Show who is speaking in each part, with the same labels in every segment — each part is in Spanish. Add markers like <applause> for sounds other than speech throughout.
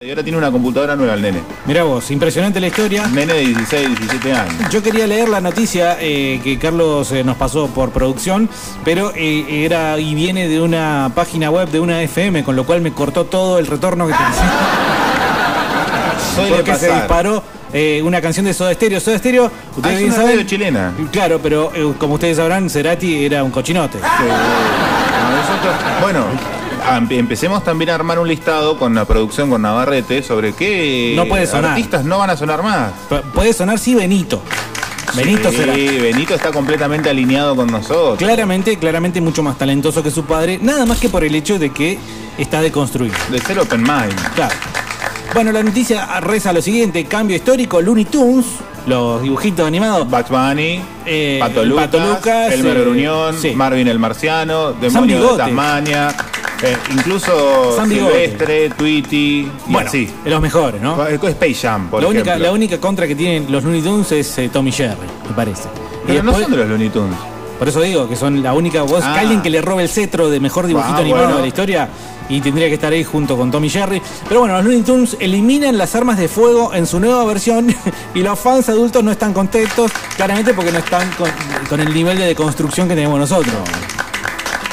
Speaker 1: Y ahora tiene una computadora nueva el nene.
Speaker 2: Mirá vos, impresionante la historia.
Speaker 1: Nene de 16, 17 años.
Speaker 2: Yo quería leer la noticia eh, que Carlos eh, nos pasó por producción, pero eh, era y viene de una página web de una FM, con lo cual me cortó todo el retorno que te
Speaker 1: Soy de
Speaker 2: porque se
Speaker 1: pasar.
Speaker 2: disparó eh, una canción de Soda Stereo. Soda Stereo,
Speaker 1: Ah,
Speaker 2: ustedes
Speaker 1: es
Speaker 2: bien
Speaker 1: una
Speaker 2: saben.
Speaker 1: radio chilena.
Speaker 2: Claro, pero eh, como ustedes sabrán, Cerati era un cochinote.
Speaker 1: Sí. Nosotros- bueno, a- empecemos también a armar un listado con la producción con Navarrete sobre qué
Speaker 2: No puede sonar.
Speaker 1: artistas no van a sonar más.
Speaker 2: P- puede sonar sí Benito. Benito
Speaker 1: sí,
Speaker 2: Cerati.
Speaker 1: Benito está completamente alineado con nosotros.
Speaker 2: Claramente, claramente mucho más talentoso que su padre, nada más que por el hecho de que está deconstruido.
Speaker 1: De ser open mind.
Speaker 2: Claro. Bueno, la noticia reza lo siguiente: cambio histórico, Looney Tunes, los dibujitos animados.
Speaker 1: Bugs Bunny,
Speaker 2: Eh,
Speaker 1: Pato, Lucas,
Speaker 2: Pato Lucas,
Speaker 1: Elmer
Speaker 2: eh,
Speaker 1: Gruñón,
Speaker 2: sí.
Speaker 1: Marvin el Marciano, Demonio de
Speaker 2: Bigote.
Speaker 1: Tasmania, eh, incluso
Speaker 2: San Bigote.
Speaker 1: Silvestre, Tweety, y
Speaker 2: bueno,
Speaker 1: así.
Speaker 2: los mejores, ¿no?
Speaker 1: Space Jam, por
Speaker 2: La única,
Speaker 1: ejemplo.
Speaker 2: la única contra que tienen los Looney Tunes es eh, Tommy Jerry, me parece. Y
Speaker 1: Pero no
Speaker 2: después-
Speaker 1: son de los Looney Tunes.
Speaker 2: Por eso digo que son la única voz.
Speaker 1: Ah.
Speaker 2: que Alguien que le robe el cetro de mejor dibujito
Speaker 1: Ah,
Speaker 2: animado
Speaker 1: bueno.
Speaker 2: de la historia y tendría que estar ahí junto con Tommy Jerry. Pero bueno, los Looney Tunes eliminan las armas de fuego en su nueva versión <laughs> y los fans adultos no están contentos, claramente porque no están con, con el nivel de deconstrucción que tenemos nosotros.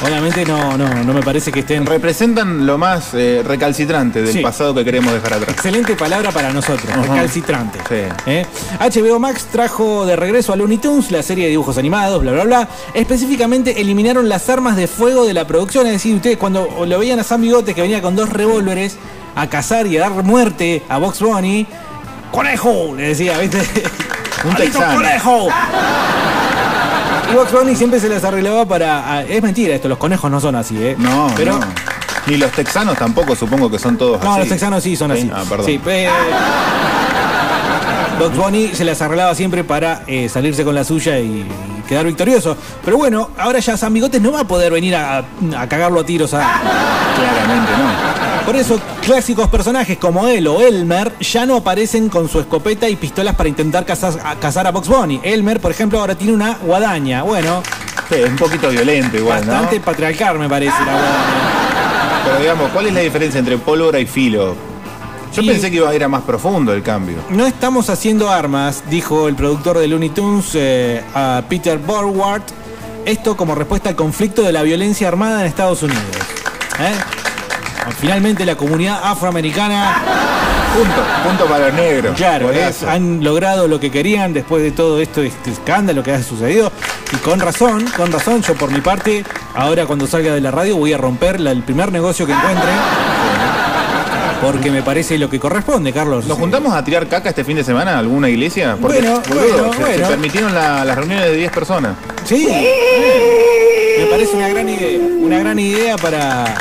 Speaker 2: Obviamente no, no, no me parece que estén.
Speaker 1: Representan lo más eh, recalcitrante del
Speaker 2: Sí.
Speaker 1: pasado que queremos dejar atrás.
Speaker 2: Excelente palabra para nosotros, recalcitrante.
Speaker 1: Sí.
Speaker 2: ¿Eh? HBO Max trajo de regreso a Looney Tunes la serie de dibujos animados, bla, bla, bla. Específicamente eliminaron las armas de fuego de la producción. Es decir, ustedes cuando lo veían a Sam Bigote que venía con dos revólveres a cazar y a dar muerte a Box Bunny, ¡Conejo! Le decía,
Speaker 1: <laughs>
Speaker 2: ¿viste?
Speaker 1: Un
Speaker 2: ¡Maldito
Speaker 1: texano.
Speaker 2: conejo! Y Box Bunny siempre se las arreglaba para... ah, Es mentira esto, los conejos no son así, ¿eh?
Speaker 1: No,
Speaker 2: Pero
Speaker 1: no. Ni los texanos tampoco, supongo que son todos
Speaker 2: no,
Speaker 1: así.
Speaker 2: los texanos sí son así.
Speaker 1: Ah, perdón.
Speaker 2: Sí, eh, Bugs Bunny se las arreglaba siempre para eh, salirse con la suya y, y quedar victorioso. Pero bueno, ahora ya San Bigotes no va a poder venir a, a cagarlo a tiros. A...
Speaker 1: Claramente no.
Speaker 2: Por eso, clásicos personajes como él o Elmer ya no aparecen con su escopeta y pistolas para intentar cazar a, cazar a Bugs Bunny. Elmer, por ejemplo, ahora tiene una guadaña. Bueno,
Speaker 1: Sí, es un poquito violento igual,
Speaker 2: bastante
Speaker 1: ¿no?
Speaker 2: patriarcal me parece la guadaña.
Speaker 1: Pero digamos, ¿cuál es la diferencia entre pólvora y filo? Yo
Speaker 2: Y-
Speaker 1: pensé que iba a ir a más profundo el cambio.
Speaker 2: No estamos haciendo armas, dijo el productor de Looney Tunes eh, a Peter Borward. Esto como respuesta al conflicto de la violencia armada en Estados Unidos. ¿Eh? Finalmente la comunidad afroamericana,
Speaker 1: Punto, punto para los negros.
Speaker 2: claro, eh,
Speaker 1: Golazo.
Speaker 2: han logrado lo que querían después de todo esto, este escándalo que ha sucedido. Y con razón, con razón, yo por mi parte, ahora cuando salga de la radio voy a romper la- el primer negocio que encuentre. Porque me parece lo que corresponde, Carlos.
Speaker 1: ¿Nos juntamos a tirar caca este fin de semana a alguna iglesia?
Speaker 2: Bueno, bueno,
Speaker 1: se, se
Speaker 2: bueno.
Speaker 1: permitieron la- las reuniones de 10 personas.
Speaker 2: Sí. Me parece una gran idea. Una gran idea para.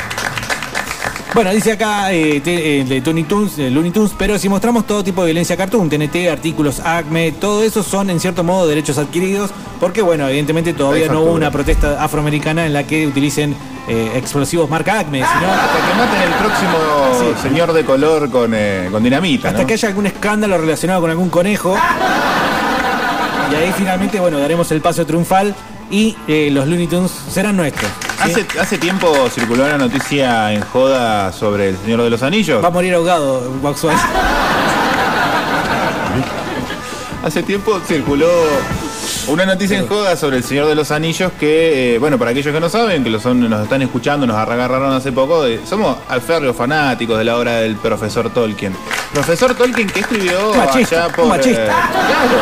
Speaker 2: Bueno, dice acá eh, te- eh, de Tony Toons, de Looney Tunes, pero si mostramos todo tipo de violencia cartoon, TNT, artículos, ACME, todo eso son en cierto modo derechos adquiridos, porque bueno, evidentemente todavía
Speaker 1: Hay
Speaker 2: no hubo
Speaker 1: factura.
Speaker 2: una protesta afroamericana en la que utilicen eh, explosivos marca ACME, sino
Speaker 1: Ah. Hasta que maten el próximo
Speaker 2: Sí.
Speaker 1: señor de color con, eh, con dinamita.
Speaker 2: hasta
Speaker 1: ¿no?
Speaker 2: que haya algún escándalo relacionado con algún conejo. Y ahí finalmente, bueno, daremos el paso triunfal y eh, los Looney Tunes serán nuestros. ¿sí?
Speaker 1: Hace, hace tiempo circuló una noticia en joda sobre el Señor de los Anillos.
Speaker 2: Va a morir ahogado, Bugs Bunny.
Speaker 1: Hace tiempo circuló una noticia en joda sobre el Señor de los Anillos que, eh, bueno, para aquellos que no saben, que lo son, nos están escuchando, nos agarraron hace poco, eh, somos alferrios fanáticos de la obra del profesor Tolkien. Profesor Tolkien que escribió
Speaker 2: Machista,
Speaker 1: allá por...
Speaker 2: un machista.
Speaker 1: eh, claro,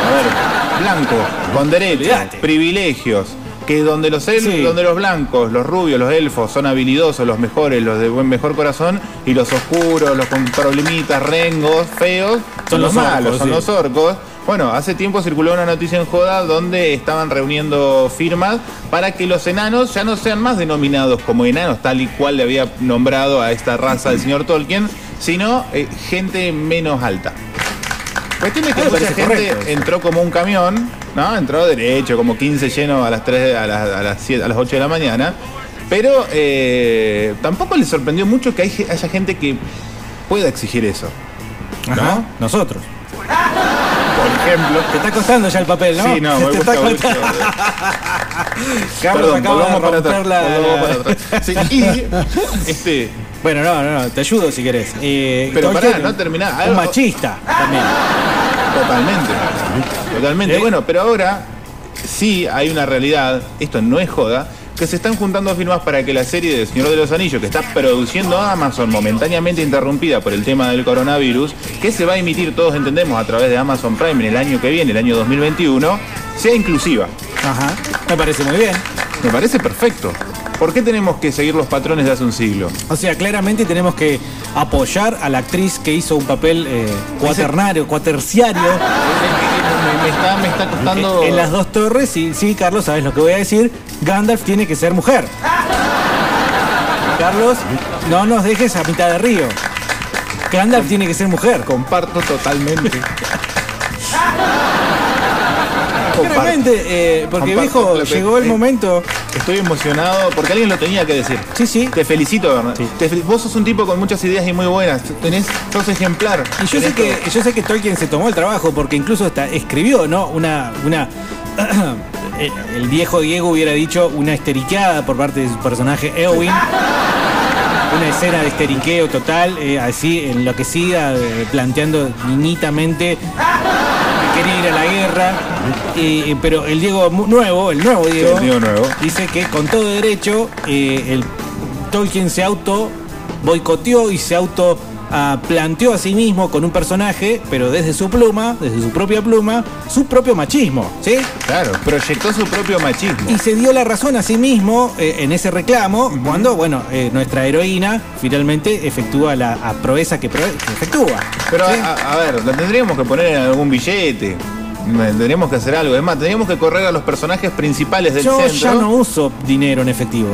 Speaker 1: a ver, blanco, con derechos,
Speaker 2: Olvidate.
Speaker 1: privilegios. Que donde los, el-
Speaker 2: Sí.
Speaker 1: donde los blancos, los rubios, los elfos son habilidosos, los mejores, los de buen mejor corazón, y los oscuros, los con problemitas, rengos, feos, son los malos, son
Speaker 2: sí.
Speaker 1: los orcos. Bueno, hace tiempo circuló una noticia en Joda donde estaban reuniendo firmas para que los enanos ya no sean más denominados como enanos, tal y cual le había nombrado a esta raza del señor Tolkien, sino eh, gente menos alta. Cuestión es que
Speaker 2: Ah, me
Speaker 1: mucha
Speaker 2: parece
Speaker 1: gente
Speaker 2: correcto eso.
Speaker 1: entró como un camión, ¿no? Entró derecho, como 15 llenos a las 3, a las, a las 7, a las 8 de la mañana. Pero eh, tampoco les sorprendió mucho que hay- haya gente que pueda exigir eso.
Speaker 2: Ajá, nosotros.
Speaker 1: Por ejemplo.
Speaker 2: Te está costando ya el papel, ¿no?
Speaker 1: Sí, no,
Speaker 2: <laughs>
Speaker 1: me
Speaker 2: Te
Speaker 1: gusta
Speaker 2: está
Speaker 1: mucho.
Speaker 2: costando. Carlos
Speaker 1: Perdón,
Speaker 2: acaba de
Speaker 1: volvamos para
Speaker 2: romper
Speaker 1: atrás.
Speaker 2: la-
Speaker 1: volvamos
Speaker 2: la- <laughs>
Speaker 1: para atrás. Sí, y este,
Speaker 2: Bueno, no, no, no, te ayudo si querés. Eh,
Speaker 1: Pero
Speaker 2: cualquier-
Speaker 1: pará, no terminás.
Speaker 2: Un
Speaker 1: Algo-
Speaker 2: machista también.
Speaker 1: Totalmente. Totalmente.
Speaker 2: ¿Eh?
Speaker 1: Bueno, pero ahora sí hay una realidad, esto no es joda, que se están juntando firmas para que la serie de Señor de los Anillos, que está produciendo Amazon, momentáneamente interrumpida por el tema del coronavirus, que se va a emitir, todos entendemos, a través de Amazon Prime en el año que viene, el año 2021, sea inclusiva.
Speaker 2: Ajá. Me parece muy bien.
Speaker 1: Me parece perfecto. ¿Por qué tenemos que seguir los patrones de hace un siglo?
Speaker 2: O sea, claramente tenemos que apoyar a la actriz que hizo un papel eh, cuaternario, cuaterciario
Speaker 1: Me, me está, me está costando...
Speaker 2: en, en las dos torres. Y sí, Carlos, sabes lo que voy a decir. Gandalf tiene que ser mujer. Carlos, no nos dejes a mitad de río. Gandalf tiene que ser mujer.
Speaker 1: Comparto
Speaker 2: <laughs>
Speaker 1: totalmente. Comparto.
Speaker 2: Claramente, eh, porque
Speaker 1: Comparto
Speaker 2: viejo,
Speaker 1: lo que-
Speaker 2: llegó el
Speaker 1: eh.
Speaker 2: momento.
Speaker 1: Estoy emocionado porque alguien lo tenía que decir.
Speaker 2: Sí, sí.
Speaker 1: Te felicito, Bernardo.
Speaker 2: Sí.
Speaker 1: Te fel- vos sos un tipo con muchas ideas y muy buenas. Tenés, sos ejemplar.
Speaker 2: Y yo sé
Speaker 1: Tenés
Speaker 2: que, yo sé que Tolkien se tomó el trabajo porque incluso hasta escribió, ¿no? Una. una <clears throat> el- el viejo Diego hubiera dicho una esteriqueada por parte de su personaje Eowyn. Una escena de esteriqueo total, eh, así enloquecida, eh, planteando niñitamente que quería ir a la guerra. Y- y- pero el Diego mu- nuevo, el nuevo Diego,
Speaker 1: el Diego nuevo.
Speaker 2: dice que con todo derecho eh, el Tolkien se auto boicoteó y se auto ah, planteó a sí mismo con un personaje, pero desde su pluma, desde su propia pluma, su propio machismo, ¿sí?
Speaker 1: Claro, proyectó su propio machismo.
Speaker 2: Y se dio la razón a sí mismo eh, en ese reclamo cuando, bueno, eh, nuestra heroína finalmente efectúa la a proeza que, proe- que efectúa.
Speaker 1: Pero
Speaker 2: ¿sí?
Speaker 1: a, a ver, lo tendríamos que poner en algún billete. Tendríamos que hacer algo. Es más, tendríamos que correr a los personajes principales del
Speaker 2: Yo
Speaker 1: centro.
Speaker 2: ya no uso dinero en efectivo.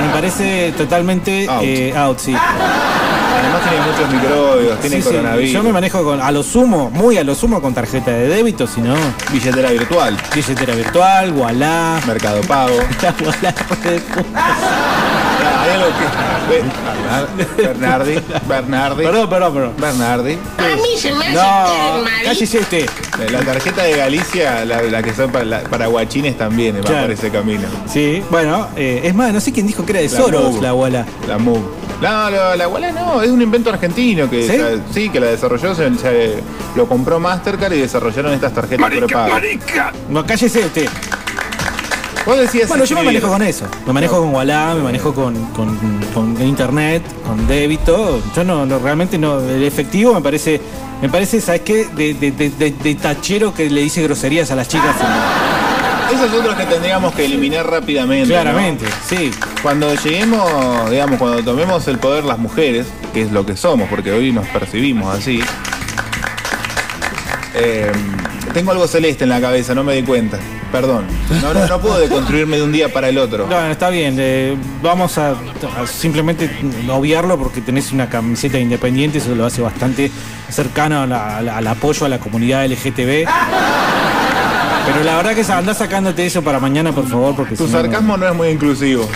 Speaker 2: Me parece totalmente
Speaker 1: Out.
Speaker 2: eh, out sí.
Speaker 1: Además tiene muchos microbios, tiene
Speaker 2: Sí, sí,
Speaker 1: coronavirus.
Speaker 2: Yo me manejo con, a lo sumo, muy a lo sumo con tarjeta de débito, si no,
Speaker 1: Billetera virtual,
Speaker 2: billetera virtual, Wallah.
Speaker 1: mercado
Speaker 2: <laughs>
Speaker 1: pago.
Speaker 2: Wallah, re-
Speaker 1: Ah, Hay algo que. Ve, Bernard- Bernardi, Bernardi,
Speaker 2: Perdón, perdón, perdón.
Speaker 1: Bernardi.
Speaker 3: A mí se me hace
Speaker 2: No, este.
Speaker 3: que
Speaker 2: cállese usted.
Speaker 1: La tarjeta de Galicia, la, la que son para, la- para guachines también va
Speaker 2: Claro.
Speaker 1: por ese camino.
Speaker 2: Sí, bueno, eh, es más, no sé quién dijo que era de
Speaker 1: La
Speaker 2: Soros
Speaker 1: Move.
Speaker 2: la Wallah.
Speaker 1: La MUB. No, la, la Walla no, es un invento argentino que
Speaker 2: ¿Sí?
Speaker 1: la- sí, que la desarrolló, se- se- lo compró Mastercard y desarrollaron estas tarjetas prepagas.
Speaker 2: No, cállese usted.
Speaker 1: Vos decías.
Speaker 2: Bueno, yo me
Speaker 1: escribir.
Speaker 2: manejo con eso. Me manejo con Wallah, me manejo con, con- con internet, con débito. Yo no, no, realmente no. El efectivo me parece, me parece, ¿sabes qué? De, de- de- de- de tachero que le dice groserías a las chicas.
Speaker 1: Esos otros que tendríamos que eliminar rápidamente. ¿no?
Speaker 2: Claramente, sí.
Speaker 1: Cuando lleguemos, digamos, cuando tomemos el poder las mujeres, que es lo que somos, porque hoy nos percibimos así. eh, tengo algo celeste en la cabeza, no me di cuenta. Perdón. No, no, no puedo deconstruirme de un día para el otro.
Speaker 2: No, no, está bien. eh, vamos a, a simplemente obviarlo porque tenés una camiseta de independiente, eso lo hace bastante cercano a la- a la- al apoyo a la comunidad LGTB. Pero la verdad que sa- andá sacándote eso para mañana, por favor, porque
Speaker 1: Tu
Speaker 2: si no, no-
Speaker 1: sarcasmo no es muy inclusivo.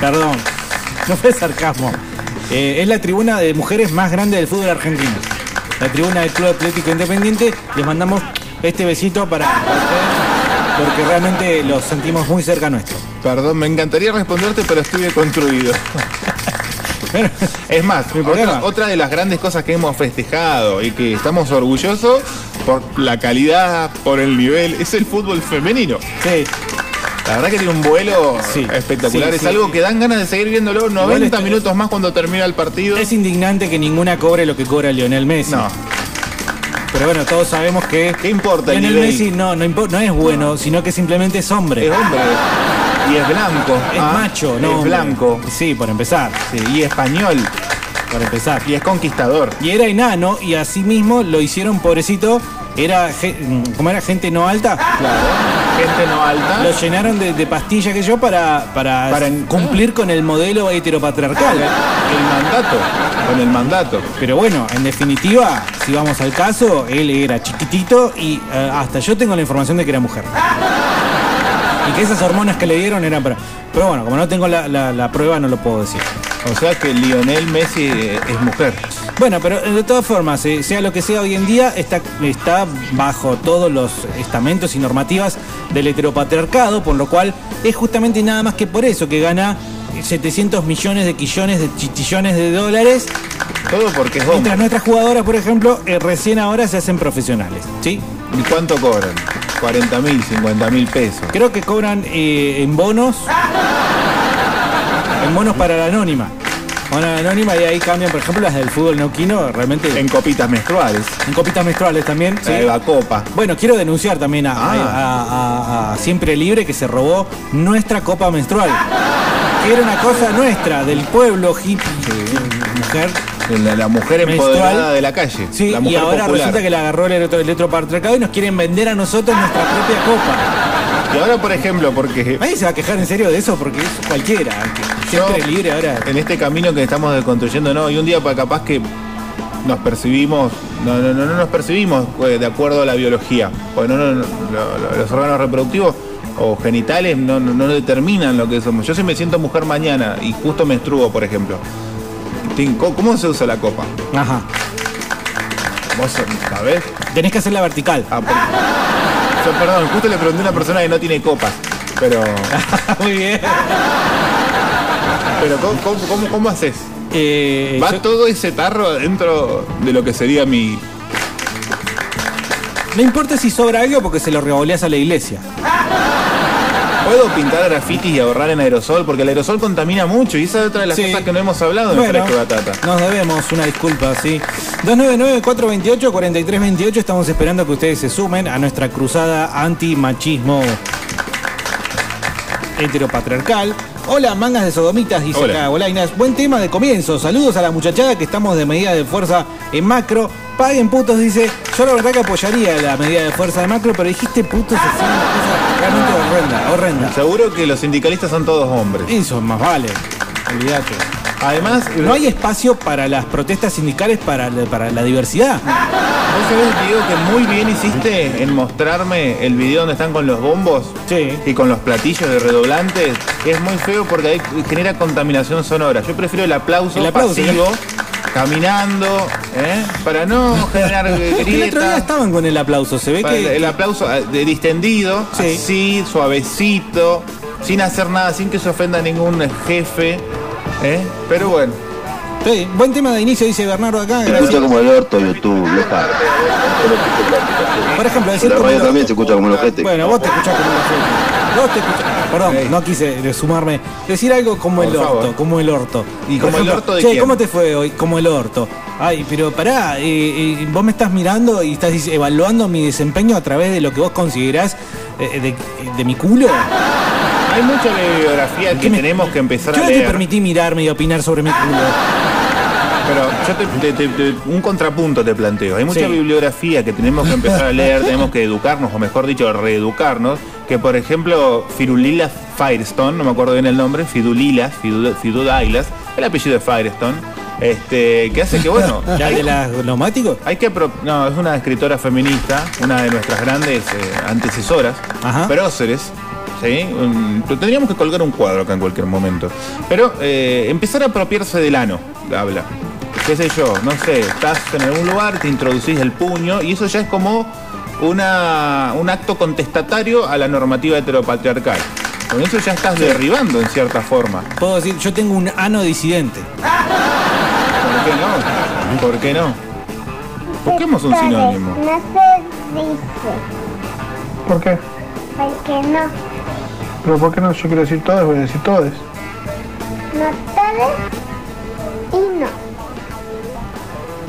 Speaker 2: Perdón, <laughs> no fue sarcasmo. Eh, es la tribuna de mujeres más grande del fútbol argentino. La tribuna del Club Atlético Independiente. Les mandamos este besito para para ustedes, porque realmente los sentimos muy cerca nuestro.
Speaker 1: Perdón, me encantaría responderte, pero estoy deconstruido.
Speaker 2: Bueno,
Speaker 1: Es más,
Speaker 2: problema.
Speaker 1: otra, otra de las grandes cosas que hemos festejado y que estamos orgullosos por la calidad, por el nivel, es el fútbol femenino.
Speaker 2: sí.
Speaker 1: La verdad que tiene un vuelo
Speaker 2: Sí,
Speaker 1: espectacular.
Speaker 2: sí,
Speaker 1: es
Speaker 2: sí.
Speaker 1: algo que dan ganas de seguir viéndolo 90
Speaker 2: esto-
Speaker 1: minutos más cuando termina el partido.
Speaker 2: Es indignante que ninguna cobre lo que cobra Lionel Messi.
Speaker 1: No,
Speaker 2: Pero bueno, todos sabemos que.
Speaker 1: ¿Qué importa el
Speaker 2: Lionel
Speaker 1: nivel?
Speaker 2: Messi no, no, impo- no es bueno, sino que simplemente es hombre.
Speaker 1: es
Speaker 2: Es,
Speaker 1: hombre. Y es blanco. ah,
Speaker 2: macho, no.
Speaker 1: Es
Speaker 2: hombre.
Speaker 1: blanco.
Speaker 2: Sí, por empezar.
Speaker 1: sí, y español.
Speaker 2: Por empezar.
Speaker 1: Y es conquistador.
Speaker 2: Y era enano y así mismo lo hicieron pobrecito. Era, ge- mm, ¿cómo era? Gente no alta.
Speaker 1: Claro. Gente no alta.
Speaker 2: Lo llenaron de, de pastillas que yo para, para,
Speaker 1: Para en-
Speaker 2: cumplir con el modelo heteropatriarcal.
Speaker 1: El mandato. Con el mandato.
Speaker 2: Pero bueno, en definitiva, si vamos al caso, él era chiquitito y eh, hasta yo tengo la información de que era mujer. Y que esas hormonas que le dieron eran para... Pero bueno, como no tengo la, la- la prueba, no lo puedo decir.
Speaker 1: O sea que Lionel Messi eh, es mujer.
Speaker 2: Bueno, pero eh, de todas formas, eh, sea lo que sea hoy en día, está, está bajo todos los estamentos y normativas del heteropatriarcado, por lo cual es justamente nada más que por eso que gana 700 millones de quillones de chichillones de dólares.
Speaker 1: Todo porque es
Speaker 2: Mientras
Speaker 1: hombre.
Speaker 2: nuestras jugadoras, por ejemplo, eh, recién ahora se hacen profesionales. ¿sí?
Speaker 1: ¿Y cuánto cobran? 40 mil, 50 mil pesos.
Speaker 2: Creo que cobran eh, en bonos. En bonos para la anónima. Bueno, la anónima y ahí cambian, por ejemplo, las del fútbol neuquino, realmente en,
Speaker 1: En copitas menstruales.
Speaker 2: copitas menstruales también. ¿sí?
Speaker 1: La Eva Copa.
Speaker 2: Bueno, quiero denunciar también a,
Speaker 1: Ah.
Speaker 2: a- a- a Siempre Libre que se robó nuestra copa menstrual. Que era una cosa nuestra, del pueblo hippie, mujer.
Speaker 1: La, la mujer
Speaker 2: Menstrual.
Speaker 1: empoderada de la calle.
Speaker 2: Sí,
Speaker 1: la
Speaker 2: y
Speaker 1: mujer
Speaker 2: ahora
Speaker 1: popular.
Speaker 2: resulta que la agarró el otro, el patriarcado y nos quieren vender a nosotros nuestra propia copa.
Speaker 1: Y ahora, por ejemplo, porque
Speaker 2: Nadie se va a quejar en serio de eso porque es cualquiera. que Siempre
Speaker 1: Yo-
Speaker 2: libre ahora.
Speaker 1: en este camino que estamos deconstruyendo, no, y un día pa- capaz que nos percibimos, no, no, no, no nos percibimos eh, de acuerdo a la biología. Porque no, no, no, lo- lo- los órganos reproductivos o genitales no, no, no determinan lo que somos. Yo si me siento mujer mañana y justo menstruo, por ejemplo. Tin- ¿Cómo cómo se usa la copa?
Speaker 2: Ajá.
Speaker 1: ¿Vos sabés?
Speaker 2: Tenés que hacerla vertical.
Speaker 1: Ah, por- Yo, perdón, justo le pregunté a una persona que no tiene copas. Pero,
Speaker 2: <laughs> Muy bien.
Speaker 1: pero ¿cómo, cómo, cómo- cómo haces?
Speaker 2: Eh,
Speaker 1: ¿Va
Speaker 2: yo-
Speaker 1: todo ese tarro dentro de lo que sería mi,
Speaker 2: no importa si sobra algo porque se lo revoleas a la iglesia.
Speaker 1: ¿Puedo pintar grafitis y ahorrar en aerosol? Porque el aerosol contamina mucho y esa es otra de las
Speaker 2: Sí.
Speaker 1: cosas que no hemos hablado en
Speaker 2: Bueno,
Speaker 1: Fresco y Batata.
Speaker 2: nos debemos una disculpa, sí. 299-428-4328, estamos esperando que ustedes se sumen a nuestra cruzada anti-machismo heteropatriarcal. Hola, mangas de sodomitas, dice
Speaker 1: Hola.
Speaker 2: acá Bolainas. Buen tema de comienzo. Saludos a la muchachada que estamos de medida de fuerza en macro. Paguen putos, dice. Yo la verdad que apoyaría la medida de fuerza de macro, pero dijiste putos, es una cosa realmente horrenda, horrenda.
Speaker 1: Seguro que los sindicalistas son todos hombres.
Speaker 2: Eso, más vale. Olvídate.
Speaker 1: Además,
Speaker 2: No hay espacio para las protestas sindicales para la, para la diversidad.
Speaker 1: vos sabés, Diego, que muy bien hiciste en mostrarme el video donde están con los bombos
Speaker 2: Sí.
Speaker 1: y con los platillos de redoblantes. Es muy feo porque ahí genera contaminación sonora. Yo prefiero el aplauso,
Speaker 2: El aplauso,
Speaker 1: pasivo, caminando, ¿eh? para no
Speaker 2: <laughs>
Speaker 1: generar
Speaker 2: Es que el otro día
Speaker 1: grietas.
Speaker 2: estaban con el aplauso, se ve
Speaker 1: Para El,
Speaker 2: que...
Speaker 1: el aplauso eh, de distendido,
Speaker 2: Sí.
Speaker 1: así, suavecito, sin hacer nada, sin que se ofenda a ningún jefe. ¿eh? Pero bueno,
Speaker 2: Sí, buen tema de inicio, dice Bernardo acá.
Speaker 3: Se escucha como el orto YouTube, loca.
Speaker 2: Por ejemplo, decir
Speaker 3: La
Speaker 2: como...
Speaker 3: radio también se escucha como el ojete.
Speaker 2: Bueno, vos te escuchás como el orto. Vos te escuchás... Perdón,
Speaker 1: Ey.
Speaker 2: no quise de- sumarme. Decir algo como
Speaker 1: Por
Speaker 2: el orto,
Speaker 1: favor.
Speaker 2: como el orto.
Speaker 1: ¿Y
Speaker 2: Por
Speaker 1: como el orto de
Speaker 2: che,
Speaker 1: quién?
Speaker 2: ¿cómo te fue hoy? Como el orto. Ay, pero pará, eh, eh, vos me estás mirando y estás dic- evaluando mi desempeño a través de lo que vos considerás eh, de, de mi culo.
Speaker 1: hay mucha bibliografía que
Speaker 2: me-
Speaker 1: tenemos que empezar
Speaker 2: Yo
Speaker 1: a
Speaker 2: no te
Speaker 1: leer.
Speaker 2: permití mirarme y opinar sobre mi culo.
Speaker 1: Pero yo te- te- te- te- un contrapunto te planteo. Hay mucha
Speaker 2: Sí.
Speaker 1: bibliografía que tenemos que empezar
Speaker 2: <laughs>
Speaker 1: a leer, tenemos que educarnos, o mejor dicho, reeducarnos. Que por ejemplo, Firulila Firestone, no me acuerdo bien el nombre, Fidulilas, Fidu- Fidudailas, el apellido de Firestone, este, que hace que, bueno,
Speaker 2: <laughs> ¿La de las neumáticos?
Speaker 1: Hay que pro- no, es una escritora feminista, una de nuestras grandes eh, antecesoras,
Speaker 2: Ajá.
Speaker 1: próceres. ¿sí? Un- pero tendríamos que colgar un cuadro acá en cualquier momento. Pero eh, empezar a apropiarse del ano, habla. Qué sé yo, no sé, estás en algún lugar, te introducís el puño y eso ya es como una, un acto contestatario a la normativa heteropatriarcal. Con eso ya estás derribando en cierta forma.
Speaker 2: Puedo decir, yo tengo un ano disidente.
Speaker 1: ¿Por qué no? ¿Por qué no? Busquemos un
Speaker 4: Pare,
Speaker 1: sinónimo.
Speaker 4: No se dice,
Speaker 5: ¿Por qué?
Speaker 4: porque no,
Speaker 5: ¿Pero por qué no? Yo quiero decir todos, voy a decir todos.
Speaker 4: no todos y no.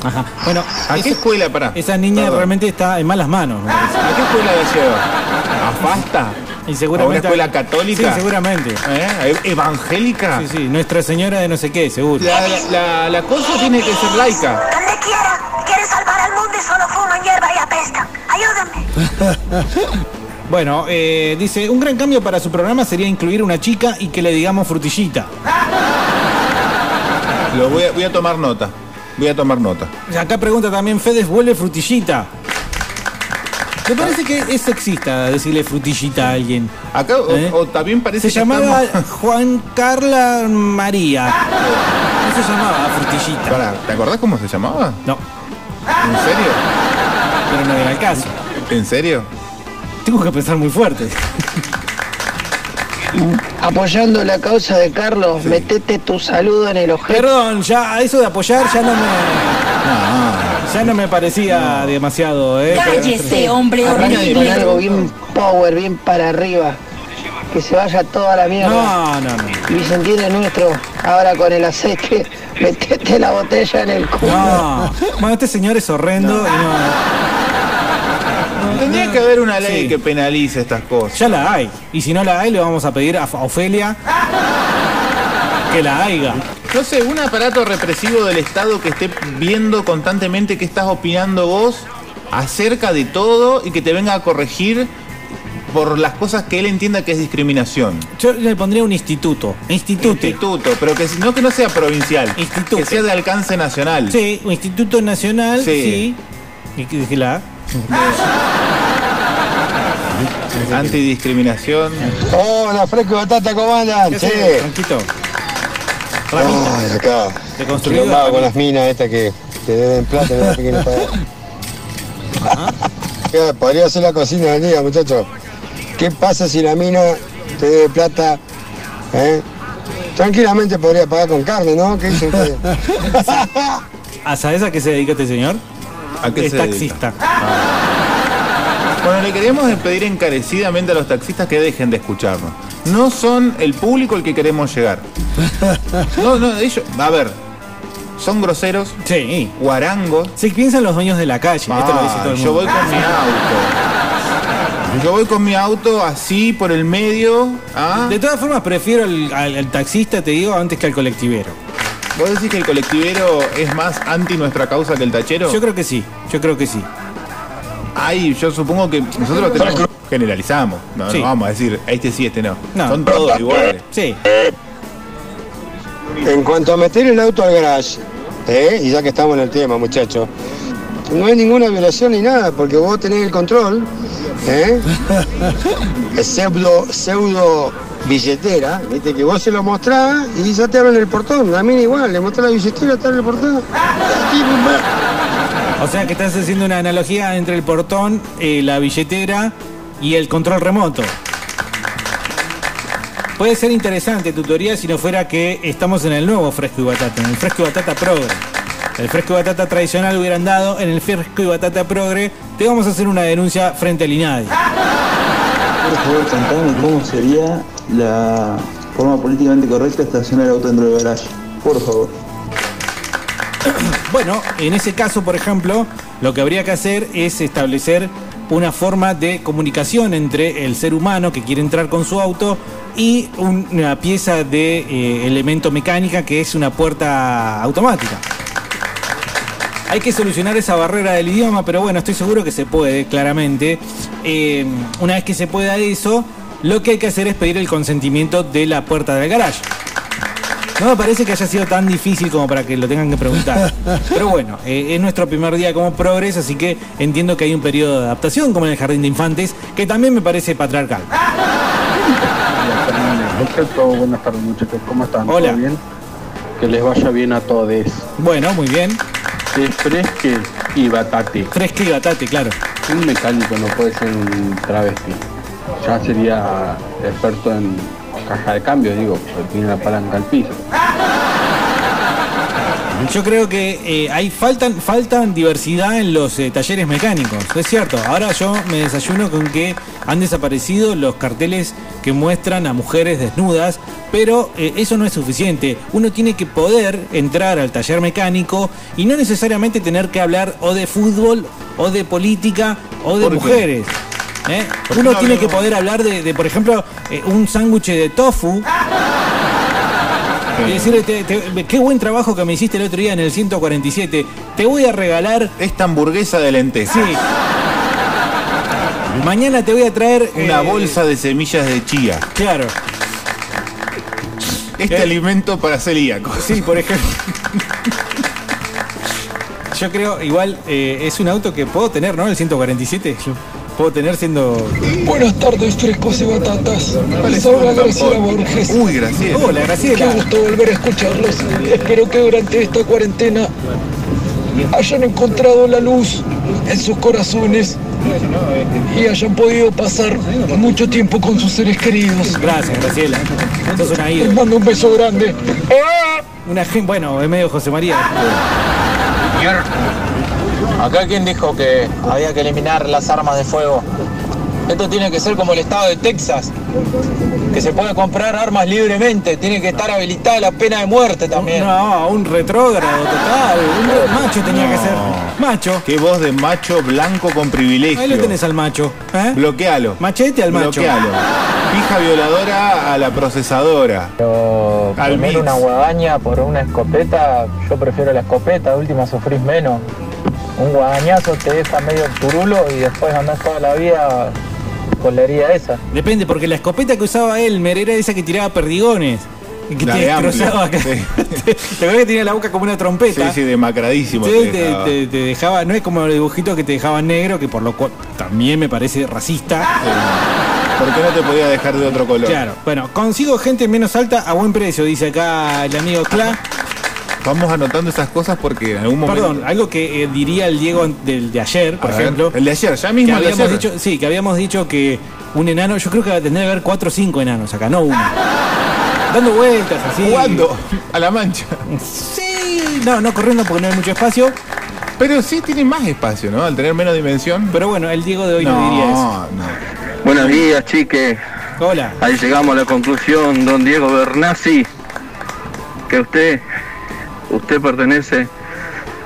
Speaker 2: Ajá. Bueno,
Speaker 1: ¿A qué
Speaker 2: esa,
Speaker 1: escuela pará?
Speaker 2: esa niña
Speaker 1: Perdón.
Speaker 2: realmente está en malas manos. me parece.
Speaker 1: ¿A qué escuela la lleva? ¿A Fasta?
Speaker 2: Y seguramente-
Speaker 1: ¿A una escuela católica?
Speaker 2: Sí, seguramente.
Speaker 1: ¿Eh? ¿E- ¿Evangélica?
Speaker 2: Sí, sí, Nuestra Señora de no sé qué, seguro.
Speaker 1: La, la- la cosa tiene que ser laica.
Speaker 6: Donde quiera, quiere salvar al mundo y solo fuman hierba y apesta. Ayúdame.
Speaker 2: Bueno, eh, dice, un gran cambio para su programa sería incluir una chica y que le digamos frutillita.
Speaker 1: Lo voy, a, voy a tomar nota. Voy a tomar nota.
Speaker 2: Acá pregunta también, Fedes, vuelve frutillita. Me parece que es sexista decirle frutillita a alguien.
Speaker 1: Acá o-
Speaker 2: ¿Eh?
Speaker 1: o también parece
Speaker 2: Se
Speaker 1: que
Speaker 2: llamaba <laughs>
Speaker 1: estamos- <laughs>
Speaker 2: Juan Carla María. No se llamaba Frutillita.
Speaker 1: Pará, ¿te acordás cómo se llamaba?
Speaker 2: No,
Speaker 1: ¿En serio?
Speaker 2: pero no era el caso.
Speaker 1: ¿En serio?
Speaker 2: Tengo que pensar muy fuerte.
Speaker 7: Apoyando la causa de Carlos, metete tu saludo en el objeto.
Speaker 2: Perdón, ya a eso de apoyar ya no me,
Speaker 1: No,
Speaker 2: ya no me parecía demasiado, ¿eh?
Speaker 8: Cállese, hombre
Speaker 1: nadie
Speaker 7: Con
Speaker 1: me-
Speaker 8: horrible.
Speaker 7: algo bien power, bien para arriba. Que se vaya toda la mierda.
Speaker 2: No, no, no.
Speaker 7: Vicentino nuestro, ahora con el aceite, <laughs> metete la botella en el culo.
Speaker 2: No. Bueno, este señor es horrendo y no-
Speaker 1: Tendría que haber una ley
Speaker 2: Sí.
Speaker 1: que penalice estas cosas.
Speaker 2: Ya la hay. Y si no la hay, le vamos a pedir a F- a Ofelia que la haya.
Speaker 1: No sé, un aparato represivo del Estado que esté viendo constantemente qué estás opinando vos acerca de todo y que te venga a corregir por las cosas que él entienda que es discriminación.
Speaker 2: Yo le pondría un instituto. Institute.
Speaker 1: Instituto, pero que si- no que no sea provincial,
Speaker 2: Instituto.
Speaker 1: que sea de alcance nacional.
Speaker 2: Sí, un instituto nacional, sí.
Speaker 1: Sí.
Speaker 2: Y que dije la A.
Speaker 1: Antidiscriminación.
Speaker 9: Hola, Fresco y Batata, ¿cómo andan?
Speaker 2: ¿Qué haces,
Speaker 9: Che.
Speaker 2: Franquito? Ramita,
Speaker 9: Ay, acá.
Speaker 2: de construido.
Speaker 9: Quilombado con las minas estas que te deben plata y no te
Speaker 2: <laughs>
Speaker 9: quieren pagar. Ya, Podría ser la cocina del día, muchachos. ¿Qué pasa si la mina te debe plata? eh? Tranquilamente podría pagar con carne, ¿no? ¿Qué dicen ustedes?
Speaker 2: <laughs> ¿A sabes a qué se dedica este señor?
Speaker 1: ¿A qué
Speaker 2: es
Speaker 1: se dedica? Ah.
Speaker 2: taxista.
Speaker 1: Bueno, le queremos pedir encarecidamente a los taxistas que dejen de escucharnos. No son el público el que queremos llegar. No, no, ellos, a ver, son groseros,
Speaker 2: Sí.
Speaker 1: guarangos.
Speaker 2: Si piensan los dueños de la calle, esto lo dice
Speaker 1: Ah,
Speaker 2: todo el mundo.
Speaker 1: yo voy con mi auto. Yo voy con mi auto así por el medio. ¿ah?
Speaker 2: De todas formas, prefiero al, al- al taxista, te digo, antes que al colectivero.
Speaker 1: ¿Vos decís que el colectivero es más anti nuestra causa que el tachero?
Speaker 2: Yo creo que sí, yo creo que sí.
Speaker 1: Ay, yo supongo que nosotros tenemos- generalizamos. No,
Speaker 2: Sí.
Speaker 1: no vamos a decir, este sí, este no.
Speaker 2: No.
Speaker 1: Son todos iguales.
Speaker 2: Sí,
Speaker 9: En cuanto a meter el auto al garage, ¿eh? y ya que estamos en el tema, muchachos, no hay ninguna violación ni nada, porque vos tenés el control, ¿eh? Es pseudo, pseudo billetera, viste que vos se lo mostrás y ya te abren el portón, a mí igual, le mostrás la billetera, te abren el portón. Aquí, pum, pam.
Speaker 2: o sea que estás haciendo una analogía entre el portón, eh, la billetera y el control remoto. Puede ser interesante tu teoría si no fuera que estamos en el nuevo Fresco y Batata, en el Fresco y Batata Progre. El Fresco y Batata tradicional hubiera andado, en el Fresco y Batata Progre te vamos a hacer una denuncia frente al INADI.
Speaker 10: Por favor, contame cómo sería la forma políticamente correcta de estacionar el auto dentro del garage. Por favor.
Speaker 2: Bueno, en ese caso, por ejemplo, lo que habría que hacer es establecer una forma de comunicación entre el ser humano que quiere entrar con su auto y un- una pieza de eh, elemento mecánica que es una puerta automática. Hay que solucionar esa barrera del idioma, pero bueno, estoy seguro que se puede, claramente. Eh, una vez que se pueda eso, lo que hay que hacer es pedir el consentimiento de la puerta del garage. No me parece que haya sido tan difícil como para que lo tengan que preguntar. Pero bueno, eh, es nuestro primer día como progreso, así que entiendo que hay un periodo de adaptación, como en el jardín de infantes, que también me parece patriarcal.
Speaker 10: Perfecto, buenas tardes muchachos, ¿cómo están?
Speaker 2: Hola.
Speaker 10: ¿Todo bien? Que les vaya bien a todos.
Speaker 2: Bueno, muy bien.
Speaker 10: Es fresque y batate.
Speaker 2: Fresca y batate, claro.
Speaker 10: Un mecánico no puede ser un travesti. Ya sería experto en caja de cambio, digo, porque tiene la palanca al piso.
Speaker 2: Yo creo que eh, hay faltan, faltan diversidad en los eh, talleres mecánicos, es cierto. Ahora yo me desayuno con que han desaparecido los carteles que muestran a mujeres desnudas, pero eh, eso no es suficiente. Uno tiene que poder entrar al taller mecánico y no necesariamente tener que hablar o de fútbol, o de política, o de
Speaker 1: ¿Por qué?
Speaker 2: mujeres. ¿eh?
Speaker 1: ¿Por qué
Speaker 2: Uno
Speaker 1: no
Speaker 2: tiene que
Speaker 1: hablamos?
Speaker 2: poder hablar de, de, por ejemplo, eh, un sándwich de tofu. Y decirle, te- te- qué buen trabajo que me hiciste el otro día en el 147. Te voy a regalar,
Speaker 1: Esta hamburguesa de lentejas.
Speaker 2: sí. Mañana te voy a traer
Speaker 1: Una
Speaker 2: eh,
Speaker 1: bolsa de semillas de chía.
Speaker 2: Claro,
Speaker 1: Este
Speaker 2: Eh.
Speaker 1: alimento para celíacos.
Speaker 2: sí, por ejemplo. Yo creo, igual, eh, es un auto que puedo tener, ¿no? El 147. Yo puedo tener siendo.
Speaker 7: Buenas tardes, frescos y batatas. Les habla Graciela Borges.
Speaker 1: Uy, gracias.
Speaker 2: Hola,
Speaker 7: Qué
Speaker 2: Oh, Graciela.
Speaker 7: gusto volver a escucharlos.
Speaker 8: <laughs>
Speaker 7: Espero que durante esta cuarentena hayan encontrado la luz
Speaker 8: en sus corazones y hayan podido pasar mucho tiempo con sus seres queridos.
Speaker 2: Gracias, Graciela. Sos una
Speaker 8: Les
Speaker 2: ídola.
Speaker 8: mando un beso grande.
Speaker 2: Una gen- bueno, es medio José María.
Speaker 8: Acá quien dijo que eh, había que eliminar las armas de fuego. Esto tiene que ser como el estado de Texas, que se puede comprar armas libremente, tiene que estar habilitada la pena de muerte también.
Speaker 2: No, un retrógrado total. Un macho tenía que ser. Macho.
Speaker 1: Qué voz de macho blanco con privilegio.
Speaker 2: Ahí lo tenés al macho. ¿eh?
Speaker 1: Bloquealo.
Speaker 2: Machete al macho.
Speaker 1: Bloquealo. Hija violadora a la procesadora.
Speaker 8: Pero
Speaker 1: Al
Speaker 8: poner
Speaker 1: mix.
Speaker 8: una guadaña por una escopeta, yo prefiero la escopeta, de última sufrís menos. Un guadañazo te deja medio turulo y después andás toda la vida con la herida esa.
Speaker 2: Depende, porque la escopeta que usaba Elmer era esa que tiraba perdigones. Y que
Speaker 1: La
Speaker 2: te
Speaker 1: de Ample.
Speaker 2: destrozaba acá.
Speaker 1: <laughs> Sí.
Speaker 2: Te- Te acuerdas que tenía la boca como una
Speaker 1: Sí,
Speaker 2: trompeta.
Speaker 1: sí, demacradísimo.
Speaker 2: Sí,
Speaker 1: te
Speaker 2: te,
Speaker 1: dejaba.
Speaker 2: te- te dejaba, no es como los dibujitos que te dejaban negro, que por lo cual también me parece racista. eh.
Speaker 1: ¿Por qué Ah. no te podía dejar de otro color?
Speaker 2: Claro, bueno, consigo gente menos alta a buen precio, dice acá el amigo Cla.
Speaker 1: Vamos anotando esas cosas porque en algún momento.
Speaker 2: Perdón, algo que eh, diría el Diego del de ayer, por
Speaker 1: A ver,
Speaker 2: ejemplo.
Speaker 1: El de ayer, ya
Speaker 2: que
Speaker 1: mismo el de
Speaker 2: habíamos
Speaker 1: ayer.
Speaker 2: dicho, sí, que habíamos dicho que un enano, yo creo que tendría que haber cuatro o cinco enanos acá, no
Speaker 1: <laughs>
Speaker 2: uno. Dando vueltas así.
Speaker 1: ¿Cuándo? A la mancha.
Speaker 2: Sí, no, no corriendo porque no hay mucho espacio.
Speaker 1: Pero sí tiene más espacio, ¿no? Al tener menos dimensión.
Speaker 2: Pero bueno, el Diego de hoy no, diría eso.
Speaker 1: no, no.
Speaker 3: Buenos días, chiques.
Speaker 2: Hola.
Speaker 3: Ahí llegamos a la conclusión, don Diego Bernasi, que usted, usted pertenece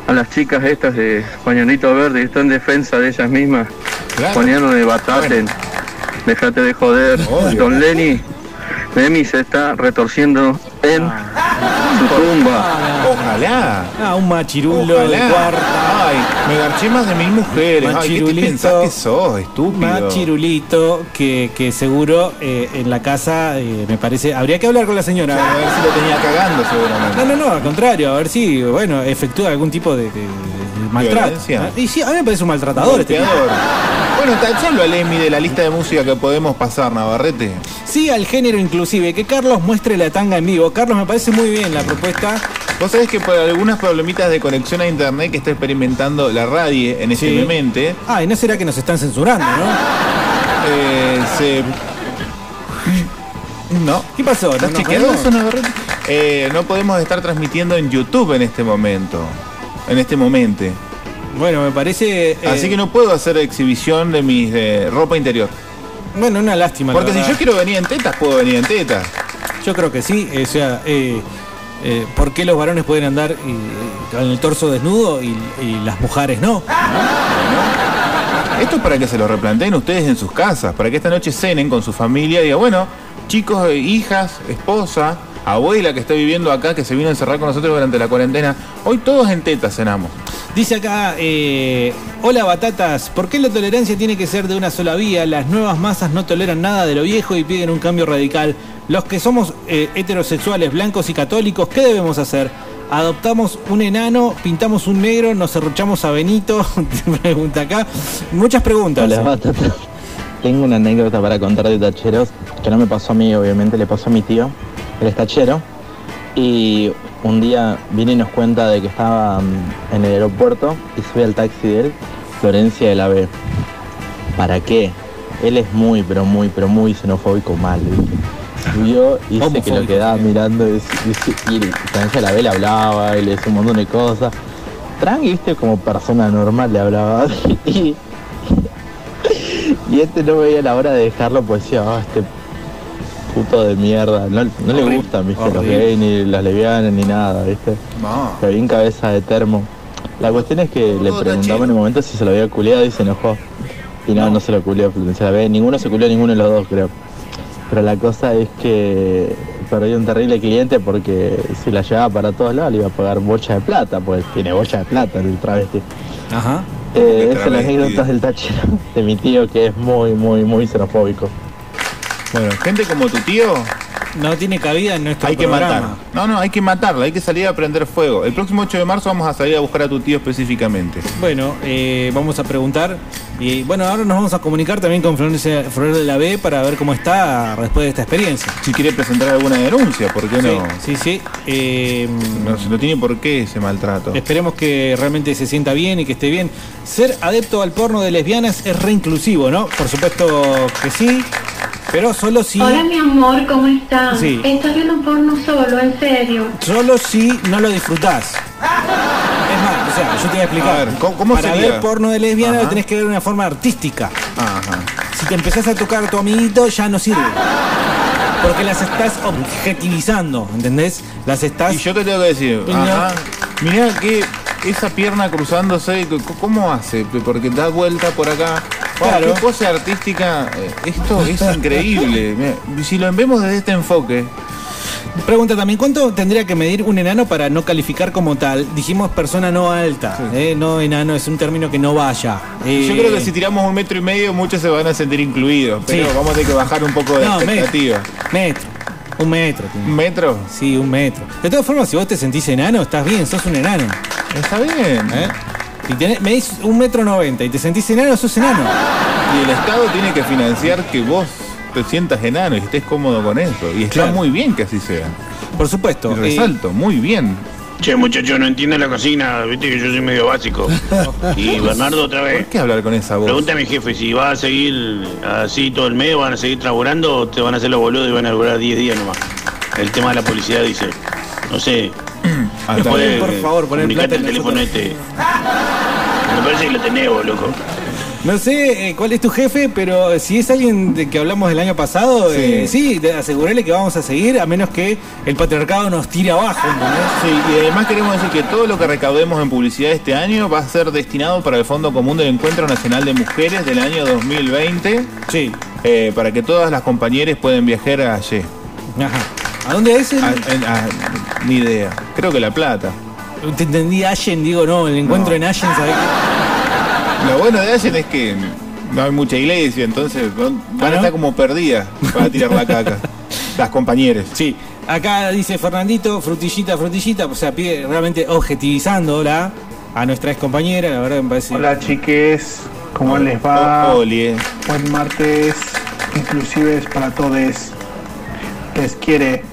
Speaker 3: a las chicas estas de pañuelito verde y está en defensa de ellas mismas,
Speaker 1: Claro.
Speaker 3: poniéndole bataten. Déjate de joder.
Speaker 1: Obvio.
Speaker 3: Don Lenny, Demi se está retorciendo en su tumba.
Speaker 1: Ojalá.
Speaker 2: Ah, un machirulo de cuarta.
Speaker 1: Ojalá. Ay, me garché más de mil mujeres. Ay, ¿qué te
Speaker 2: Machirulito.
Speaker 1: pensás que sos, estúpido?
Speaker 2: Machirulito, que, que seguro eh, en la casa, eh, me parece, habría que hablar con la
Speaker 1: O sea, A
Speaker 2: señora.
Speaker 1: ver si lo tenía cagando seguramente.
Speaker 2: No, no, no, al contrario, a ver si, bueno, efectúa algún tipo de, de- de maltrato.
Speaker 1: Violencia.
Speaker 2: Y sí, a mí me parece un maltratador este tipo.
Speaker 1: Golpeador. Bueno, tachalo al Emi de la lista de música que podemos pasar, Navarrete.
Speaker 2: Sí, al género inclusive, que Carlos muestre la tanga en vivo. Carlos, me parece muy bien la propuesta.
Speaker 1: Vos sabés que por algunas problemitas de conexión a internet que está experimentando la radio en ese
Speaker 2: Sí.
Speaker 1: momento,
Speaker 2: Ah, y no será que nos están censurando, ¿no?
Speaker 1: eh, se... No.
Speaker 2: ¿Qué pasó?
Speaker 1: ¿Estás
Speaker 2: ¿No nos
Speaker 1: chequeado
Speaker 2: vemos?
Speaker 1: eso, Navarrete? Eh, no podemos estar transmitiendo en YouTube en este momento. En este momento.
Speaker 2: Bueno, me parece... eh,
Speaker 1: Así que no puedo hacer exhibición de mi ropa interior.
Speaker 2: Bueno, una lástima. la
Speaker 1: Porque si
Speaker 2: verdad.
Speaker 1: yo quiero venir en tetas, puedo venir en tetas.
Speaker 2: Yo creo que sí, eh, o sea, eh, eh, ¿por qué los varones pueden andar y- eh, con el torso desnudo y, y las mujeres no?
Speaker 1: Esto es para que se lo replanteen ustedes en sus casas, para que esta noche cenen con su familia y diga, bueno, chicos, eh, hijas, esposa, abuela que está viviendo acá, que se vino a encerrar con nosotros durante la cuarentena, hoy todos en tetas cenamos.
Speaker 2: Dice acá, eh, hola batatas, ¿por qué la tolerancia tiene que ser de una sola vía? Las nuevas masas no toleran nada de lo viejo y piden un cambio radical. Los que somos eh, heterosexuales, blancos y católicos, ¿qué debemos hacer? Adoptamos un enano, pintamos un negro, nos arruchamos a Benito, <laughs> te pregunta acá. Muchas preguntas.
Speaker 8: Hola, batata. Tengo una anécdota para contar de tacheros, que no me pasó a mí, obviamente, le pasó a mi tío. Él es tachero. Y un día viene y nos cuenta de que estaba mm, en el aeropuerto y sube al taxi de él, Florencia de la B. ¿Para qué? Él es muy, pero muy, pero muy xenofóbico mal. ¿viste? Vio y dice que
Speaker 2: Homofóbico
Speaker 8: lo quedaba
Speaker 2: también.
Speaker 8: mirando y, dice- y Florencia de la B le hablaba y le decía un montón de cosas. Tranqui, viste, como persona normal le hablaba. <laughs> Y y este no veía la hora de dejarlo, pues decía, ah, este puto de mierda. No, no le gustan, viste, los
Speaker 2: horrible.
Speaker 8: gays, ni las lesbianas, ni nada, viste.
Speaker 1: No.
Speaker 8: Pero bien cabeza de termo. La cuestión es que le
Speaker 1: Todo
Speaker 8: preguntamos
Speaker 1: tachero.
Speaker 8: en un momento si se lo había culeado y se enojó. Y no, no, se lo culeó, Florencia la ve. Ninguno se culeó, ninguno de los dos, creo. Pero la cosa es que perdí un terrible cliente porque si la llevaba para todos lados le iba a pagar bocha de plata, pues tiene bocha de plata el travesti.
Speaker 2: Ajá.
Speaker 8: Eh,
Speaker 1: Otra
Speaker 8: esas son las
Speaker 1: vez,
Speaker 8: anécdotas
Speaker 1: sí.
Speaker 8: del tachero de mi tío que es muy, muy, muy xenofóbico.
Speaker 1: Bueno, gente como tu tío
Speaker 2: No tiene cabida en nuestro
Speaker 1: hay que
Speaker 2: programa.
Speaker 1: matar. No, no, hay que matarla, hay que salir a prender fuego. El próximo 8 de marzo vamos a salir a buscar a tu tío específicamente.
Speaker 2: Bueno, eh, vamos a preguntar Y bueno, ahora nos vamos a comunicar también con Florencia Flor de la B para ver cómo está después de esta experiencia.
Speaker 1: Si quiere presentar alguna denuncia, ¿por qué no?
Speaker 2: Sí, sí. eh,
Speaker 1: No, se- no tiene por qué ese maltrato.
Speaker 2: Esperemos que realmente se sienta bien y que esté bien. Ser adepto al porno de lesbianas es reinclusivo, ¿no? Por supuesto que sí, pero solo si,
Speaker 11: Hola mi amor, ¿cómo estás?
Speaker 2: Sí.
Speaker 11: Estás viendo porno solo, en serio.
Speaker 2: solo si no lo disfrutás. Es más, o sea, yo te voy a explicar.
Speaker 1: A ver, ¿cómo- cómo
Speaker 2: Para
Speaker 1: sería?
Speaker 2: ver porno de lesbiana
Speaker 1: Ajá.
Speaker 2: lo tenés que ver de una forma artística.
Speaker 1: Ajá.
Speaker 2: Si te empezás a tocar a tu amiguito, ya no sirve. Porque las estás objetivizando, ¿entendés? Las estás...
Speaker 1: Y yo te tengo que decir,
Speaker 2: Mira.
Speaker 1: ajá, mirá que esa pierna cruzándose, c- c- ¿cómo hace? Porque da vuelta por acá. Wow,
Speaker 2: Claro.
Speaker 1: qué cosa artística. eh, Esto es
Speaker 2: <laughs>
Speaker 1: increíble. Mirá, Si lo vemos desde este enfoque,
Speaker 2: Pregunta también, ¿cuánto tendría que medir un enano para no calificar como tal? Dijimos persona no alta, ¿eh? no enano, es un término que no vaya. Eh,
Speaker 1: yo creo que si tiramos un metro y medio, muchos se van a sentir incluidos. Pero
Speaker 2: Sí.
Speaker 1: vamos a tener que bajar un poco de
Speaker 2: No, metro.
Speaker 1: expectativa.
Speaker 2: Metro, un metro.
Speaker 1: ¿Un metro?
Speaker 2: Sí, un metro. De todas formas, si vos te sentís enano, estás bien, sos un enano.
Speaker 1: Está bien.
Speaker 2: ¿eh? Si tenés, medís un metro noventa y te sentís enano, sos enano.
Speaker 1: Y el Estado tiene que financiar que vos te sientas enano y estés cómodo con eso. Y está
Speaker 2: Claro.
Speaker 1: muy bien que así sea.
Speaker 2: Por supuesto. Eh,
Speaker 1: Y resalto, muy bien.
Speaker 12: Che, muchachos, no entiendo la cocina, viste que yo soy medio
Speaker 1: <laughs>
Speaker 12: básico.
Speaker 2: <laughs>
Speaker 12: Y Bernardo otra vez.
Speaker 1: ¿Por qué hablar con esa voz?
Speaker 2: <clears throat>
Speaker 12: Pregunta a mi jefe si va a seguir así todo el mes, van a seguir laburando o te van a hacer los boludos y van a durar 10 días nomás. El tema de la publicidad dice, no sé.
Speaker 1: Hasta
Speaker 12: después,
Speaker 1: Ah, bien, por
Speaker 12: eh,
Speaker 1: favor, ponen
Speaker 12: comunicate
Speaker 1: plata
Speaker 12: el
Speaker 1: en
Speaker 12: teléfono este. Me parece que lo tenés vos, loco.
Speaker 2: No sé eh, cuál es tu jefe, pero si es alguien de que hablamos del año pasado, eh, sí, de- asegurale que vamos a seguir, a menos que el patriarcado nos tire abajo. ¿entendés?
Speaker 1: Sí, y además queremos decir que todo lo que recaudemos en publicidad este año va a ser destinado para el Fondo Común del Encuentro Nacional de Mujeres del año 2020.
Speaker 2: Sí.
Speaker 1: Eh, para que todas las compañeras puedan viajar a allí.
Speaker 2: Ajá. ¿A dónde es? el-
Speaker 1: A- Ah, en- a- ni idea. Creo que La Plata.
Speaker 2: Te entendí Allen, digo, no, el encuentro en Allen, ¿sabés?
Speaker 1: Lo bueno de Allen es que no hay mucha iglesia, entonces van van a estar como perdidas para tirar la caca. Las compañeras.
Speaker 2: Sí. Acá dice Fernandito, frutillita, frutillita, o sea, pide realmente objetivizándola a nuestra ex compañera, la verdad que me parece.
Speaker 5: Hola chiques, ¿cómo les va?
Speaker 1: Oli. eh.
Speaker 5: Buen martes, inclusive es para todos. Les quiere.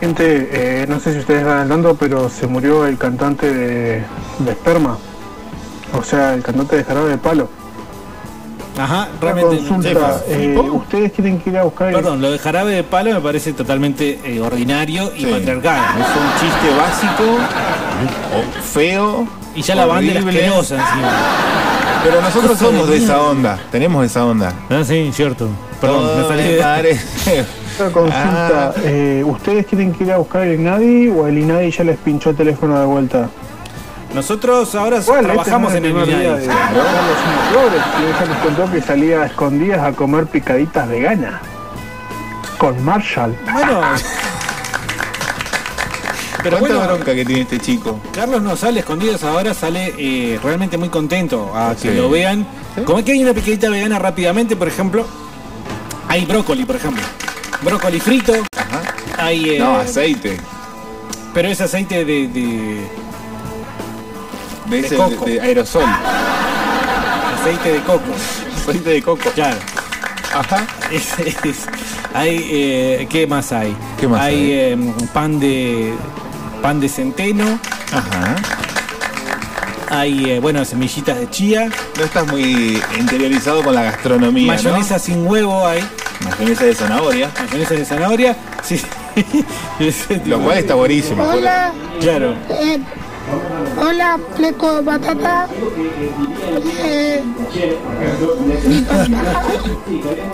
Speaker 5: Gente, eh, no sé si ustedes van hablando, pero se murió el cantante de, de Esperma. O sea, el cantante de Jarabe de Palo.
Speaker 2: Ajá,
Speaker 5: Una
Speaker 2: realmente.
Speaker 5: consulta, eh, ¿ustedes quieren que ir a buscar el-
Speaker 2: Perdón, lo de jarabe de palo me parece totalmente eh, ordinario y
Speaker 1: Sí.
Speaker 2: patriarcal.
Speaker 1: Es un chiste básico, o feo.
Speaker 2: Y ya la banda era
Speaker 1: horrible.
Speaker 2: asquerosa encima.
Speaker 1: Pero nosotros
Speaker 2: Cosa de
Speaker 1: somos de esa
Speaker 2: mierda.
Speaker 1: onda, tenemos esa onda.
Speaker 2: Ah, sí, cierto. Perdón,
Speaker 1: Todo
Speaker 2: me salí de-
Speaker 1: parece- Ah,
Speaker 5: Una
Speaker 2: Ah.
Speaker 5: consulta, eh, ¿ustedes quieren que ir a buscar el INADI o el INADI ya les pinchó el teléfono de vuelta?
Speaker 2: Nosotros ahora
Speaker 5: Bueno, este
Speaker 2: trabajamos
Speaker 5: no
Speaker 2: en
Speaker 5: es
Speaker 2: el
Speaker 5: primer día
Speaker 2: Minadis.
Speaker 5: de- Carlos Simo Flores, y ella nos contó que salía a escondidas a comer picaditas veganas. Con Marshall.
Speaker 2: Bueno, pero
Speaker 1: ¿Cuánta
Speaker 2: bueno,
Speaker 1: bronca que tiene este chico?
Speaker 2: Carlos no sale escondidos ahora, sale eh, realmente muy contento a que
Speaker 1: Sí.
Speaker 2: lo vean. Como es que hay una picadita vegana rápidamente, por ejemplo, hay brócoli, por ejemplo. Brócoli frito, hay... eh,
Speaker 1: No, aceite.
Speaker 2: Pero es aceite de... de- de
Speaker 1: De, ese-
Speaker 2: coco.
Speaker 1: de- de aerosol.
Speaker 2: aceite de coco.
Speaker 1: Aceite de coco.
Speaker 2: Claro.
Speaker 1: Ajá.
Speaker 2: Es- es- hay, eh, ¿Qué más hay?
Speaker 1: ¿Qué más
Speaker 2: hay?
Speaker 1: hay?
Speaker 2: em, pan de... Pan de centeno,
Speaker 1: Ajá.
Speaker 2: hay, eh, bueno, semillitas de chía,
Speaker 1: No estás muy interiorizado con la gastronomía.
Speaker 2: mayonesa sin huevo hay.
Speaker 1: ¿no? Mayonesa de zanahoria.
Speaker 2: Mayonesa de zanahoria, sí. <laughs> Ese tipo.
Speaker 1: Lo cual está buenísimo.
Speaker 4: Hola,
Speaker 2: Claro.
Speaker 4: eh, hola, fleco batata. Eh,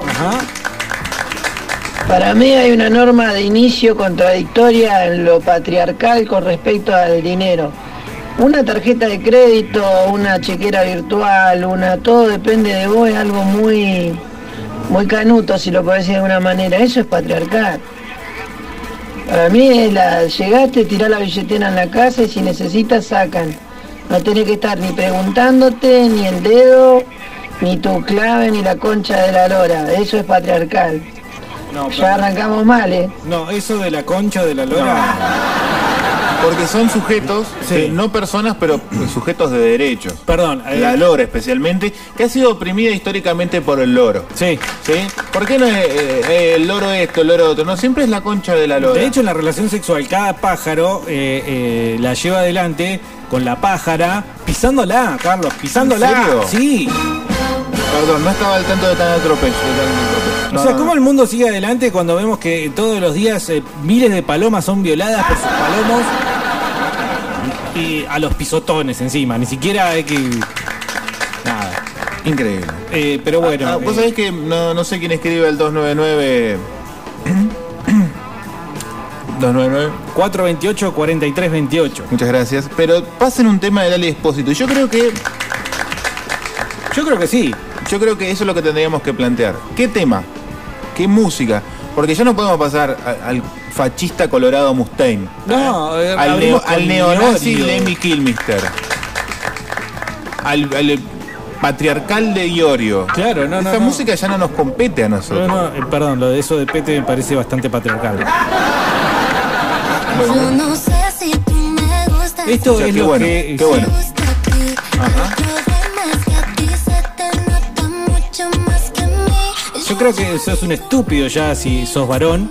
Speaker 2: Ajá.
Speaker 7: Para mí hay una norma de inicio contradictoria en lo patriarcal con respecto al dinero. Una tarjeta de crédito, una chequera virtual, una todo depende de vos, es algo muy muy canuto si lo podés decir de alguna manera, eso es patriarcal. Para mí es la llegaste, tirá la billetera en la casa y si necesitas sacan. No tenés que estar ni preguntándote, ni el dedo, ni tu clave, ni la concha de la lora. Eso es patriarcal.
Speaker 2: No,
Speaker 7: Ya
Speaker 2: pero-
Speaker 7: arrancamos mal, ¿eh?
Speaker 2: no, eso de la concha de la lora.
Speaker 1: Porque son sujetos, eh, no personas, pero pues, sujetos de derechos.
Speaker 2: Perdón. eh.
Speaker 1: La lora especialmente, que ha sido oprimida históricamente por el loro.
Speaker 2: Sí.
Speaker 1: ¿Sí? ¿Por qué no es eh, eh, el loro esto, el loro otro? No, siempre es la concha de la lora.
Speaker 2: De hecho, en la relación sexual, cada pájaro eh, eh, la lleva adelante con la pájara, pisándola, Carlos, pisándola.
Speaker 1: ¿En serio?
Speaker 2: Sí.
Speaker 1: Perdón, no estaba al tanto de tan atropello.
Speaker 2: o sea, ¿cómo el mundo sigue adelante cuando vemos que todos los días eh, miles de palomas son violadas por sus palomos y a los pisotones encima? Ni siquiera hay que. Nada.
Speaker 1: Increíble.
Speaker 2: Eh, pero bueno.
Speaker 1: Ah, Vos
Speaker 2: eh,
Speaker 1: sabés que no, no sé quién escribe el <clears throat> 299. 299.
Speaker 2: 428 4328.
Speaker 1: Muchas gracias. Pero pasen un tema de Lali Espósito. Yo creo que.
Speaker 2: Yo creo que sí.
Speaker 1: Yo creo que eso es lo que tendríamos que plantear. ¿Qué tema? ¿Qué música? Porque ya no podemos pasar a- al fascista colorado Mustaine.
Speaker 2: No, eh,
Speaker 1: al,
Speaker 2: abrimos
Speaker 1: neo- al
Speaker 2: con
Speaker 1: neonazi
Speaker 2: Iorio.
Speaker 1: Lemmy Kilmister. Al, al patriarcal de Iorio.
Speaker 2: Claro, no, no,
Speaker 1: Esa
Speaker 2: no.
Speaker 1: música ya no nos compete a nosotros.
Speaker 2: No, no, eh, perdón, lo de eso de Pete me parece bastante patriarcal.
Speaker 13: Yo no sé si tú me gustas.
Speaker 2: Esto O sea, es qué lo bueno, que- qué bueno.
Speaker 13: Me gusta a ti. Yo doy más que a ti, se te nota mucho más que a mí.
Speaker 2: Yo creo que sos un estúpido ya si sos varón.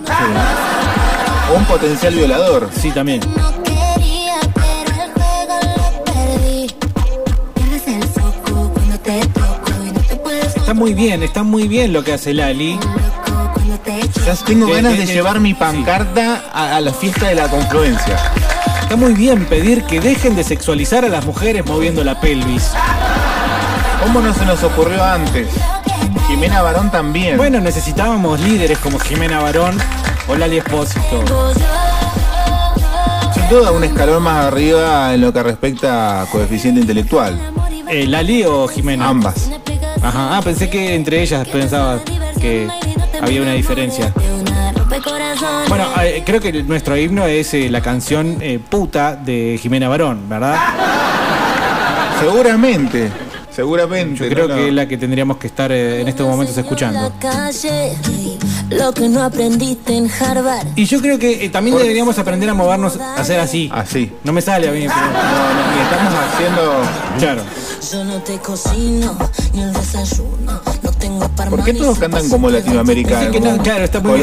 Speaker 1: O un potencial violador.
Speaker 2: Sí, también.
Speaker 13: No quería, pero el juego lo perdí. Pierdes el foco cuando te toco y no te puedes
Speaker 2: Está muy bien, está muy bien lo que hace Lali.
Speaker 13: cuando te echo.
Speaker 1: Ya tengo
Speaker 2: Eh,
Speaker 1: ganas
Speaker 2: eh,
Speaker 1: de
Speaker 2: eh,
Speaker 1: llevar mi pancarta a, a la fiesta de la confluencia.
Speaker 2: Está muy bien pedir que dejen de sexualizar a las mujeres moviendo la pelvis.
Speaker 1: ¿Cómo no se nos ocurrió antes? Jimena Barón también.
Speaker 2: Bueno, necesitábamos líderes como Jimena Barón o Lali Espósito.
Speaker 1: Sin duda un escalón más arriba en lo que respecta a coeficiente intelectual.
Speaker 2: Eh, ¿Lali o Jimena?
Speaker 1: Ambas.
Speaker 2: Ajá, ah, pensé que entre ellas pensaba que había una diferencia. Bueno, eh, creo que nuestro himno es eh, la canción eh, puta de Jimena Barón, ¿verdad?
Speaker 1: Seguramente, seguramente.
Speaker 2: Yo creo que es la que tendríamos que estar eh, en estos momentos escuchando.
Speaker 13: Calle, lo que no aprendiste en Harvard.
Speaker 2: Y yo creo que eh, también deberíamos aprender a movernos, a hacer así.
Speaker 1: Así.
Speaker 2: No me sale a mí. pero-
Speaker 1: Y estamos haciendo.
Speaker 2: Claro.
Speaker 13: Yo no te cocino ni el desayuno. No tengo para
Speaker 1: ¿Por qué todos cantan como latinoamericanos?
Speaker 2: Dicen que no, claro, está muy bien.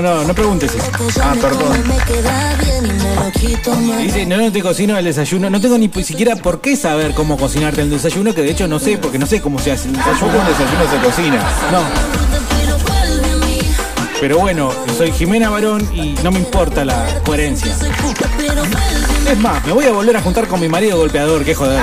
Speaker 2: No, no, no preguntes eso.
Speaker 1: Ah, perdón.
Speaker 13: Me queda bien y me lo quito más.
Speaker 2: Dice, no, no te cocino el desayuno. No tengo ni pu- siquiera por qué saber cómo cocinarte el desayuno, que de hecho no sé, porque no sé cómo se hace el desayuno.
Speaker 1: Tampoco un desayuno se cocina.
Speaker 2: No. Pero bueno, soy Jimena Barón y no me importa la coherencia. Es más, me voy a volver a juntar con mi marido golpeador, que joder.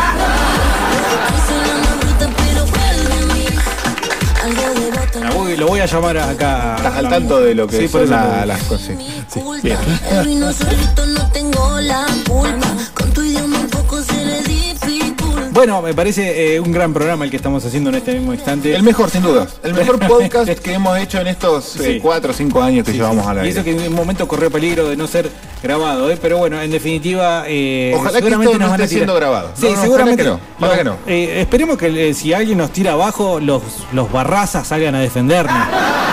Speaker 2: La voy- lo voy a llamar acá.
Speaker 1: Estás al tanto de lo que
Speaker 2: Sí, por
Speaker 1: son
Speaker 2: eso
Speaker 1: la-
Speaker 2: no-
Speaker 1: las cosas. Sí, bien.
Speaker 13: El vino solito no tengo la culpa. Con tu idioma un poco se le dificulta.
Speaker 2: Bueno, me parece eh, un gran programa el que estamos haciendo en este mismo instante.
Speaker 1: El mejor, sin duda.
Speaker 2: <laughs>
Speaker 1: El mejor podcast que hemos hecho en estos eh,
Speaker 2: Sí.
Speaker 1: cuatro o cinco años que llevamos al
Speaker 2: Y
Speaker 1: aire.
Speaker 2: eso que en un momento corrió peligro de no ser grabado, ¿eh? pero bueno, en definitiva, eh,
Speaker 1: Ojalá que
Speaker 2: seguramente
Speaker 1: esto no
Speaker 2: nos van a
Speaker 1: esté
Speaker 2: tirar.
Speaker 1: siendo grabado.
Speaker 2: Sí,
Speaker 1: No, no, ojalá
Speaker 2: seguramente.
Speaker 1: que no, ojalá
Speaker 2: Lo-
Speaker 1: que no.
Speaker 2: eh, esperemos que eh, si alguien nos tira abajo, los, los barrazas salgan a defendernos.
Speaker 1: <laughs>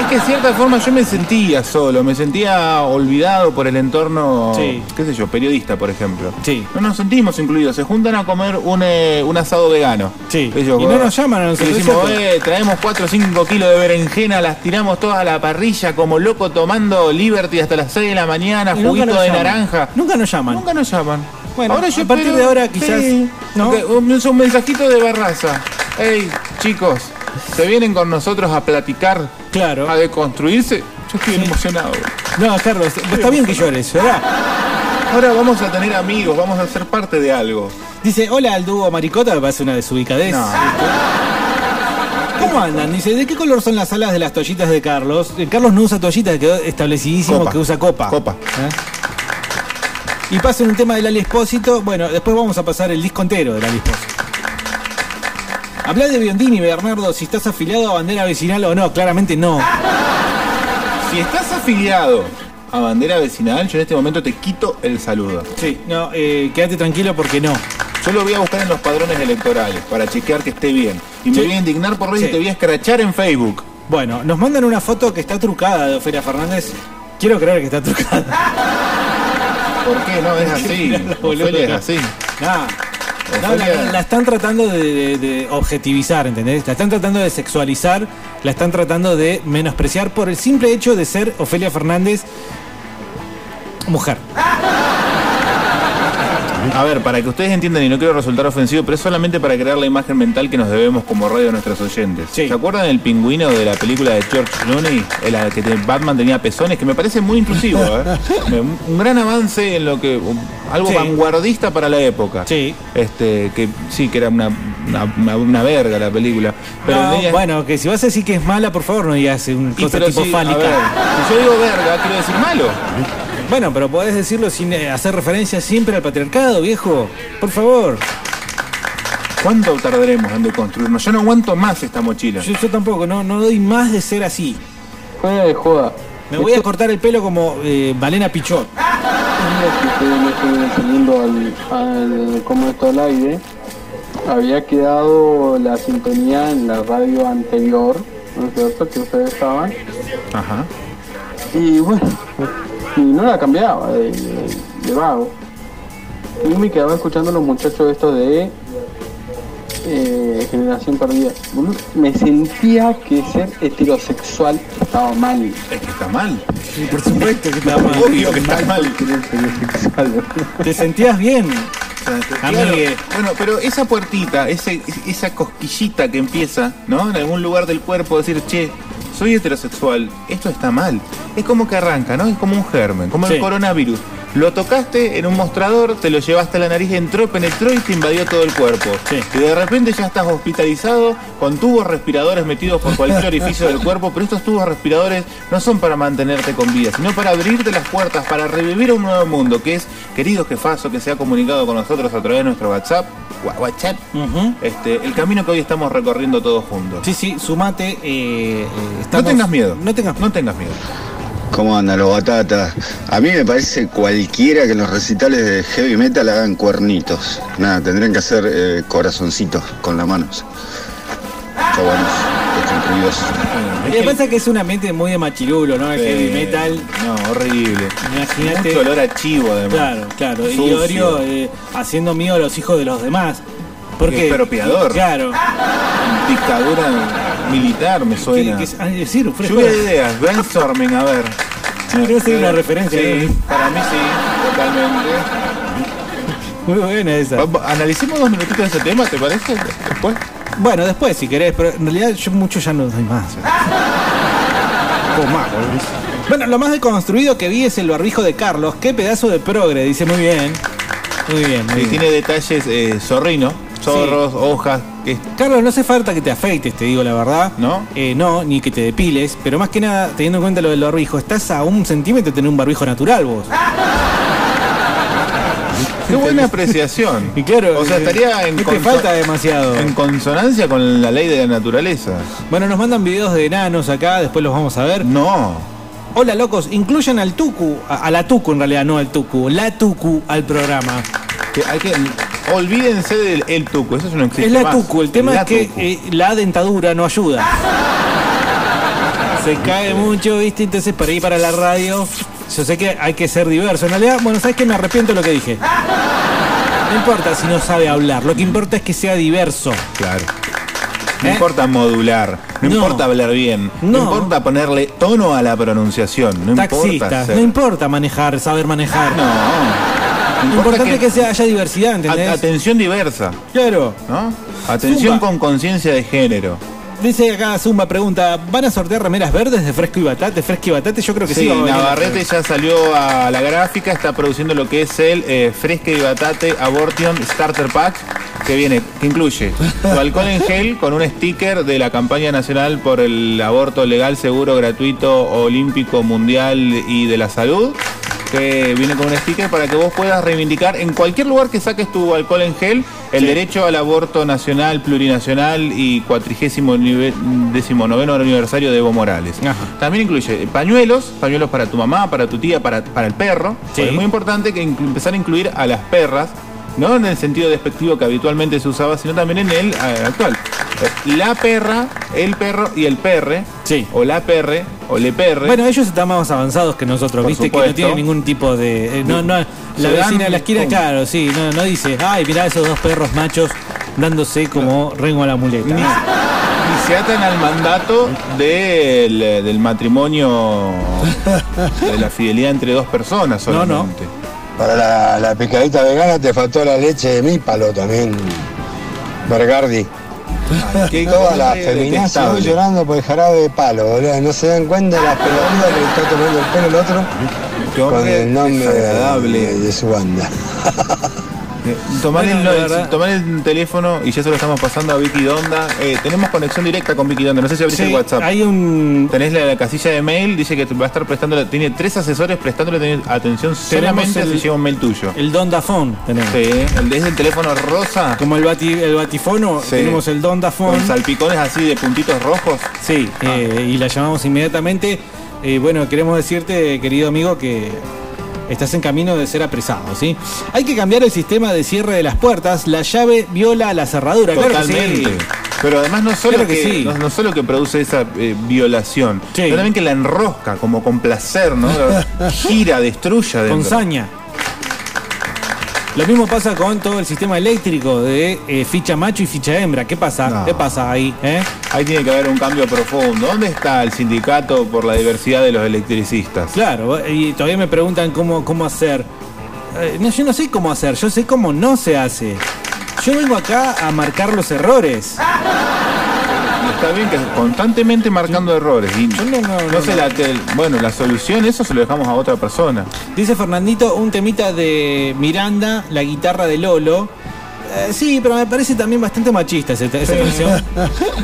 Speaker 1: Es que de cierta forma yo me sentía solo, me sentía olvidado por el entorno,
Speaker 2: Sí.
Speaker 1: qué sé yo, periodista, por ejemplo.
Speaker 2: Sí.
Speaker 1: No nos sentimos incluidos, se juntan a comer un, eh, un asado vegano.
Speaker 2: Sí.
Speaker 1: Ellos,
Speaker 2: Y no nos llaman a
Speaker 1: y
Speaker 2: nosotros.
Speaker 1: decimos,
Speaker 2: Eso-
Speaker 1: "Eh, traemos 4 o 5 kilos de berenjena, las tiramos todas a la parrilla como loco tomando Liberty hasta las 6 de la mañana,
Speaker 2: Y nunca
Speaker 1: juguito
Speaker 2: nos
Speaker 1: de
Speaker 2: llaman.
Speaker 1: naranja.
Speaker 2: Nunca nos llaman.
Speaker 1: Nunca nos llaman.
Speaker 2: Bueno, a partir de ahora quizás, ¿no?
Speaker 1: Ok, un, un mensajito de Barraza. Hey, chicos, ¿se vienen con nosotros a platicar?
Speaker 2: Claro.
Speaker 1: ¿A deconstruirse? Yo estoy emocionado.
Speaker 2: No, Carlos, está bien que llores, ¿verdad?
Speaker 1: Ahora vamos a tener amigos, vamos a ser parte de algo.
Speaker 2: Dice, hola al dúo Maricota, me parece una desubicadez.
Speaker 1: No.
Speaker 2: ¿Cómo andan? Dice, ¿de qué color son las alas de las toallitas de Carlos? Eh, Carlos no usa toallitas, quedó establecidísimo
Speaker 1: Copa.
Speaker 2: que usa copa.
Speaker 1: Copa.
Speaker 2: ¿Eh? Y pasen un tema del Ali Espósito. Bueno, después vamos a pasar el disco entero del Ali Espósito. Habla de Biondini, Bernardo, si estás afiliado a bandera vecinal o no. Claramente no.
Speaker 1: Si estás afiliado a Bandera Vecinal, yo en este momento te quito el saludo.
Speaker 2: Sí, no, eh, quédate tranquilo porque no.
Speaker 1: Yo lo voy a buscar en los padrones electorales para chequear que esté bien. Y me
Speaker 2: Sí.
Speaker 1: voy a indignar por radio
Speaker 2: Sí.
Speaker 1: y te voy a escrachar en Facebook.
Speaker 2: Bueno, nos mandan una foto que está trucada de Ofelia Fernández. <laughs> Quiero creer que está trucada.
Speaker 1: ¿Por qué? No, es
Speaker 12: <laughs>
Speaker 1: así. Ofelia es así.
Speaker 2: Nah. No, la,
Speaker 1: Ofelia-
Speaker 2: la están tratando de, de- de objetivizar, ¿entendés? La están tratando de sexualizar, la están tratando de menospreciar por el simple hecho de ser Ofelia Fernández mujer.
Speaker 1: A ver, para que ustedes entiendan, y no quiero resultar ofensivo, pero es solamente para crear la imagen mental que nos debemos como radio a nuestros oyentes. ¿Se acuerdan del pingüino de la película de George Clooney? En la que te- Batman tenía pezones, que me parece muy inclusivo,
Speaker 2: <laughs>
Speaker 1: ¿eh? Me- Un un gran avance en lo que. un- algo
Speaker 2: Sí.
Speaker 1: vanguardista para la época. Sí. Este, que sí, que era una, una- una- una verga la película. Pero
Speaker 2: No,
Speaker 1: tenía-
Speaker 2: bueno, que si vas a decir que es mala, por favor no digas un
Speaker 1: Y
Speaker 2: cosa
Speaker 1: pero
Speaker 2: tipo
Speaker 1: sí, a
Speaker 2: fálica.
Speaker 1: ver, si yo digo verga, quiero decir malo.
Speaker 2: Bueno, pero podés decirlo sin eh, hacer referencia siempre al patriarcado, viejo. Por favor.
Speaker 1: ¿Cuánto tardaremos en deconstruirnos? Yo no aguanto más esta mochila.
Speaker 2: Yo, yo tampoco, no, no doy más de ser así.
Speaker 10: Fuera de joda.
Speaker 2: Me voy a cortar el pelo como eh, Valena Pichot.
Speaker 10: Si ustedes no estuvieran saliendo este al, al como esto al aire, había quedado la sintonía en la radio anterior, ¿no es cierto? Que ustedes estaban.
Speaker 1: Ajá.
Speaker 10: Y bueno, y no la cambiaba de, de- de vago. Y me quedaba escuchando a los muchachos estos de eh, generación perdida. Boludo, Me sentía que ser heterosexual estaba mal.
Speaker 1: Es que está mal.
Speaker 2: por supuesto que está mal.
Speaker 1: Obvio que está mal.
Speaker 2: Te sentías bien.
Speaker 1: Claro.
Speaker 2: Amigue.
Speaker 1: Bueno, pero esa puertita, ese- esa cosquillita que empieza, ¿no? En algún lugar del cuerpo, decir, che, soy heterosexual, esto está mal. Es como que arranca, ¿no? Es como un germen, como
Speaker 2: Sí.
Speaker 1: el coronavirus. Lo tocaste en un mostrador, te lo llevaste a la nariz, entró, penetró y te invadió todo el cuerpo. Y de repente ya estás hospitalizado con tubos respiradores metidos por
Speaker 2: <laughs>
Speaker 1: cualquier orificio del cuerpo, pero estos tubos respiradores no son para mantenerte con vida, sino para abrirte las puertas, para revivir un nuevo mundo, que es, querido jefazo que se ha comunicado con nosotros a través de nuestro WhatsApp, wa- WhatsApp, este, el camino que hoy estamos recorriendo todos juntos.
Speaker 2: Sí, sí, sumate. eh, eh, estamos-
Speaker 1: No tengas miedo.
Speaker 2: No tengas,
Speaker 1: no tengas miedo.
Speaker 14: ¿Cómo andan los batatas? A mí me parece cualquiera que en los recitales de heavy metal hagan cuernitos. Nada, tendrían que hacer eh, corazoncitos con las manos. Chabones, desconstruidos.
Speaker 2: Lo que pasa es que es un ambiente muy de machirulo, ¿no? El heavy metal.
Speaker 1: No, horrible.
Speaker 2: Imagínate.
Speaker 1: Mucho olor a chivo, además.
Speaker 2: Claro, claro. Y
Speaker 1: Sucio.
Speaker 2: Orio eh, haciendo mío a los hijos de los demás. Porque.
Speaker 1: Expropiador.
Speaker 2: Claro.
Speaker 1: Dictadura militar me suena.
Speaker 2: ¿Qué- qué- ah, decir, un fresco.
Speaker 1: Lluvia de ideas, brainstorming, a ver.
Speaker 2: Creo que es una referencia,
Speaker 1: Sí,
Speaker 2: ¿no?
Speaker 1: para mí sí, totalmente.
Speaker 2: Muy buena esa.
Speaker 1: Analicemos dos minutitos de ese tema, ¿te parece? Después.
Speaker 2: Bueno, después si querés, pero en realidad yo mucho ya no doy más. Poco más, boludo. Oh, ¿eh? Bueno, lo más deconstruido que vi es el barbijo de Carlos. Qué pedazo de progre, dice muy bien. Muy bien, muy
Speaker 1: Sí,
Speaker 2: bien.
Speaker 1: tiene detalles eh, zorrino, zorros, hojas. que-
Speaker 2: Carlos, no hace falta que te afeites, te digo la verdad.
Speaker 1: ¿No?
Speaker 2: Eh, no, ni que te depiles, pero más que nada, teniendo en cuenta lo del barbijo, estás a un centímetro de tener un barbijo natural vos.
Speaker 1: Qué buena apreciación.
Speaker 2: Y claro,
Speaker 1: o sea,
Speaker 2: eh,
Speaker 1: estaría en,
Speaker 2: no te
Speaker 1: conso-
Speaker 2: falta demasiado.
Speaker 1: en consonancia con la ley de la naturaleza.
Speaker 2: Bueno, nos mandan videos de enanos acá, después los vamos a ver.
Speaker 1: No.
Speaker 2: Hola locos, incluyan al Tucu, a, a la Tucu en realidad, no al Tucu, la Tucu al programa.
Speaker 1: Que hay que- olvídense del el tuco, eso no existe
Speaker 2: es la
Speaker 1: más.
Speaker 2: Tucu, el tema
Speaker 1: La
Speaker 2: es que
Speaker 1: tucu.
Speaker 2: eh, la dentadura no ayuda. Se cae mucho, ¿viste? Entonces para ir para la radio, yo sé que hay que ser diverso. En realidad, bueno, ¿sabes qué? Me arrepiento de lo que dije. No importa si no sabe hablar, lo que importa es que sea diverso.
Speaker 1: Claro. No
Speaker 2: ¿Eh?
Speaker 1: importa modular, no,
Speaker 2: No.
Speaker 1: importa hablar bien, no.
Speaker 2: No.
Speaker 1: importa ponerle tono a la pronunciación, no importa
Speaker 2: Taxista,
Speaker 1: ser-
Speaker 2: no importa manejar, saber manejar.
Speaker 1: No.
Speaker 2: Lo
Speaker 1: Importa
Speaker 2: importante es que sea- haya diversidad, ¿entendés?
Speaker 1: a- atención diversa,
Speaker 2: Claro.
Speaker 1: ¿no? Atención
Speaker 2: Zumba.
Speaker 1: con conciencia de género.
Speaker 2: Dice acá Zumba, pregunta, ¿van a sortear remeras verdes de fresco y batate? Fresco y batate, yo creo que sí.
Speaker 1: Sí,
Speaker 2: va a venir.
Speaker 1: Navarrete ya salió a la gráfica, está produciendo lo que es el eh, Fresca y Batate Abortion Starter Pack, que viene,
Speaker 2: <laughs>
Speaker 1: que incluye su alcohol en gel con un sticker de la campaña nacional por el aborto legal, seguro, gratuito, olímpico, mundial y de la salud. Que viene con un sticker para que vos puedas reivindicar en cualquier lugar que saques tu alcohol en gel el derecho al aborto nacional, plurinacional y cuatrigésimo nive- decimonoveno aniversario de Evo Morales. También incluye pañuelos, pañuelos para tu mamá, para tu tía, para, para el perro.
Speaker 2: Sí.
Speaker 1: Es muy importante que inclu- empezar a incluir a las perras, no en el sentido despectivo que habitualmente se usaba, sino también en el eh, actual. Eh, La perra, el perro y el perre. O la perre, o le perre.
Speaker 2: Bueno, ellos están más avanzados que nosotros,
Speaker 1: Por
Speaker 2: viste, que no
Speaker 1: supuesto.
Speaker 2: tienen ningún tipo de... eh, no, no, La
Speaker 1: Se dan
Speaker 2: vecina de la esquina,
Speaker 1: con-
Speaker 2: claro, sí, no, no dice, ay, mirá esos dos perros machos dándose como rengo a la muleta.
Speaker 1: Y se atan al mandato del, del matrimonio, de la fidelidad entre dos personas solamente.
Speaker 9: Para la, la picadita vegana te faltó la leche de mi palo también,
Speaker 14: <laughs>
Speaker 9: Bergardi.
Speaker 1: Qué
Speaker 9: Toda la
Speaker 1: hombre
Speaker 9: feminación
Speaker 1: detestable.
Speaker 9: llorando por el jarabe de palo, boludo. No se dan cuenta de la pelotuda que le está tomando el pelo el otro con
Speaker 1: hombre
Speaker 9: el nombre
Speaker 1: desagradable.
Speaker 9: de, de su banda.
Speaker 14: Eh,
Speaker 1: Tomar,
Speaker 2: Bueno,
Speaker 1: el,
Speaker 2: la
Speaker 1: el-
Speaker 2: verdad-
Speaker 1: tomar el teléfono y ya se lo estamos pasando a Vicky Donda. Eh, tenemos conexión directa con Vicky Donda. No sé si abriste
Speaker 2: Sí,
Speaker 1: el WhatsApp.
Speaker 2: Hay un.
Speaker 1: Tenés la, la casilla de mail, dice que te va a estar prestando, tiene tres asesores prestándole ten- atención solamente
Speaker 2: el-
Speaker 1: si llega un mail tuyo.
Speaker 2: El Dondafón tenemos.
Speaker 1: Sí, el es el teléfono rosa.
Speaker 2: Como el, bati- el batifono,
Speaker 1: Sí.
Speaker 2: tenemos el Dondafón.
Speaker 1: Con salpicones así de puntitos rojos. Ah.
Speaker 2: Sí, eh, y la llamamos inmediatamente. Eh, bueno, queremos decirte, querido amigo, que estás en camino de ser apresado, ¿sí? Hay que cambiar el sistema de cierre de las puertas. La llave viola la cerradura, claro que sí.
Speaker 1: Totalmente. Pero además no solo
Speaker 2: Claro
Speaker 1: que,
Speaker 2: que sí.
Speaker 1: no, no solo que produce esa eh, violación, pero también que la enrosca como con
Speaker 2: <laughs>
Speaker 1: placer, ¿no? Gira, destruya
Speaker 2: Con
Speaker 1: adentro.
Speaker 2: saña. Lo mismo pasa con todo el sistema eléctrico de eh, ficha macho y ficha hembra. ¿Qué pasa?
Speaker 1: No.
Speaker 2: ¿Qué pasa ahí? eh?
Speaker 1: Ahí tiene que haber un cambio profundo. ¿Dónde está el sindicato por la diversidad de los electricistas?
Speaker 2: Claro, y todavía me preguntan cómo, cómo hacer. Eh, no, yo no sé cómo hacer, yo sé cómo no se hace. Yo vengo acá a marcar los errores.
Speaker 1: Está bien que constantemente marcando errores. Y
Speaker 2: no, no,
Speaker 1: sé
Speaker 2: no.
Speaker 1: la tel- Bueno, la solución, eso se lo dejamos a otra persona.
Speaker 2: Dice Fernandito un temita de Miranda, la guitarra de Lolo. Eh, sí, pero me parece también bastante machista ese- esa <laughs> canción.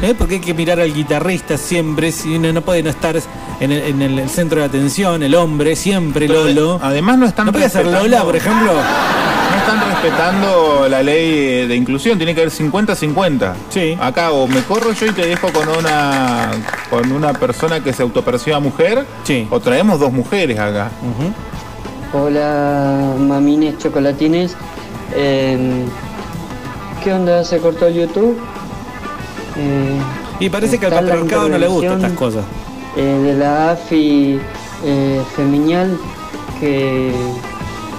Speaker 2: Eh, Porque hay que mirar al guitarrista siempre, si no, no puede no estar en el, en el centro de atención, el hombre, siempre
Speaker 1: Pero
Speaker 2: Lolo.
Speaker 1: Además no están
Speaker 2: ¿No puede ser
Speaker 1: respetando-
Speaker 2: Lola, por ejemplo?
Speaker 1: No están respetando la ley eh, de inclusión, tiene que haber 50-50.
Speaker 2: Sí.
Speaker 1: Acá o me corro yo y te dejo con una con una persona que se autoperciba mujer, o traemos dos mujeres acá.
Speaker 15: Hola, mamines chocolatines. Em, ¿Qué onda? ¿Se cortó el YouTube? Eh,
Speaker 2: Y parece que al
Speaker 15: está la
Speaker 2: patriarcado no le gustan estas cosas.
Speaker 15: intervención, eh, de la AFI eh, Feminial que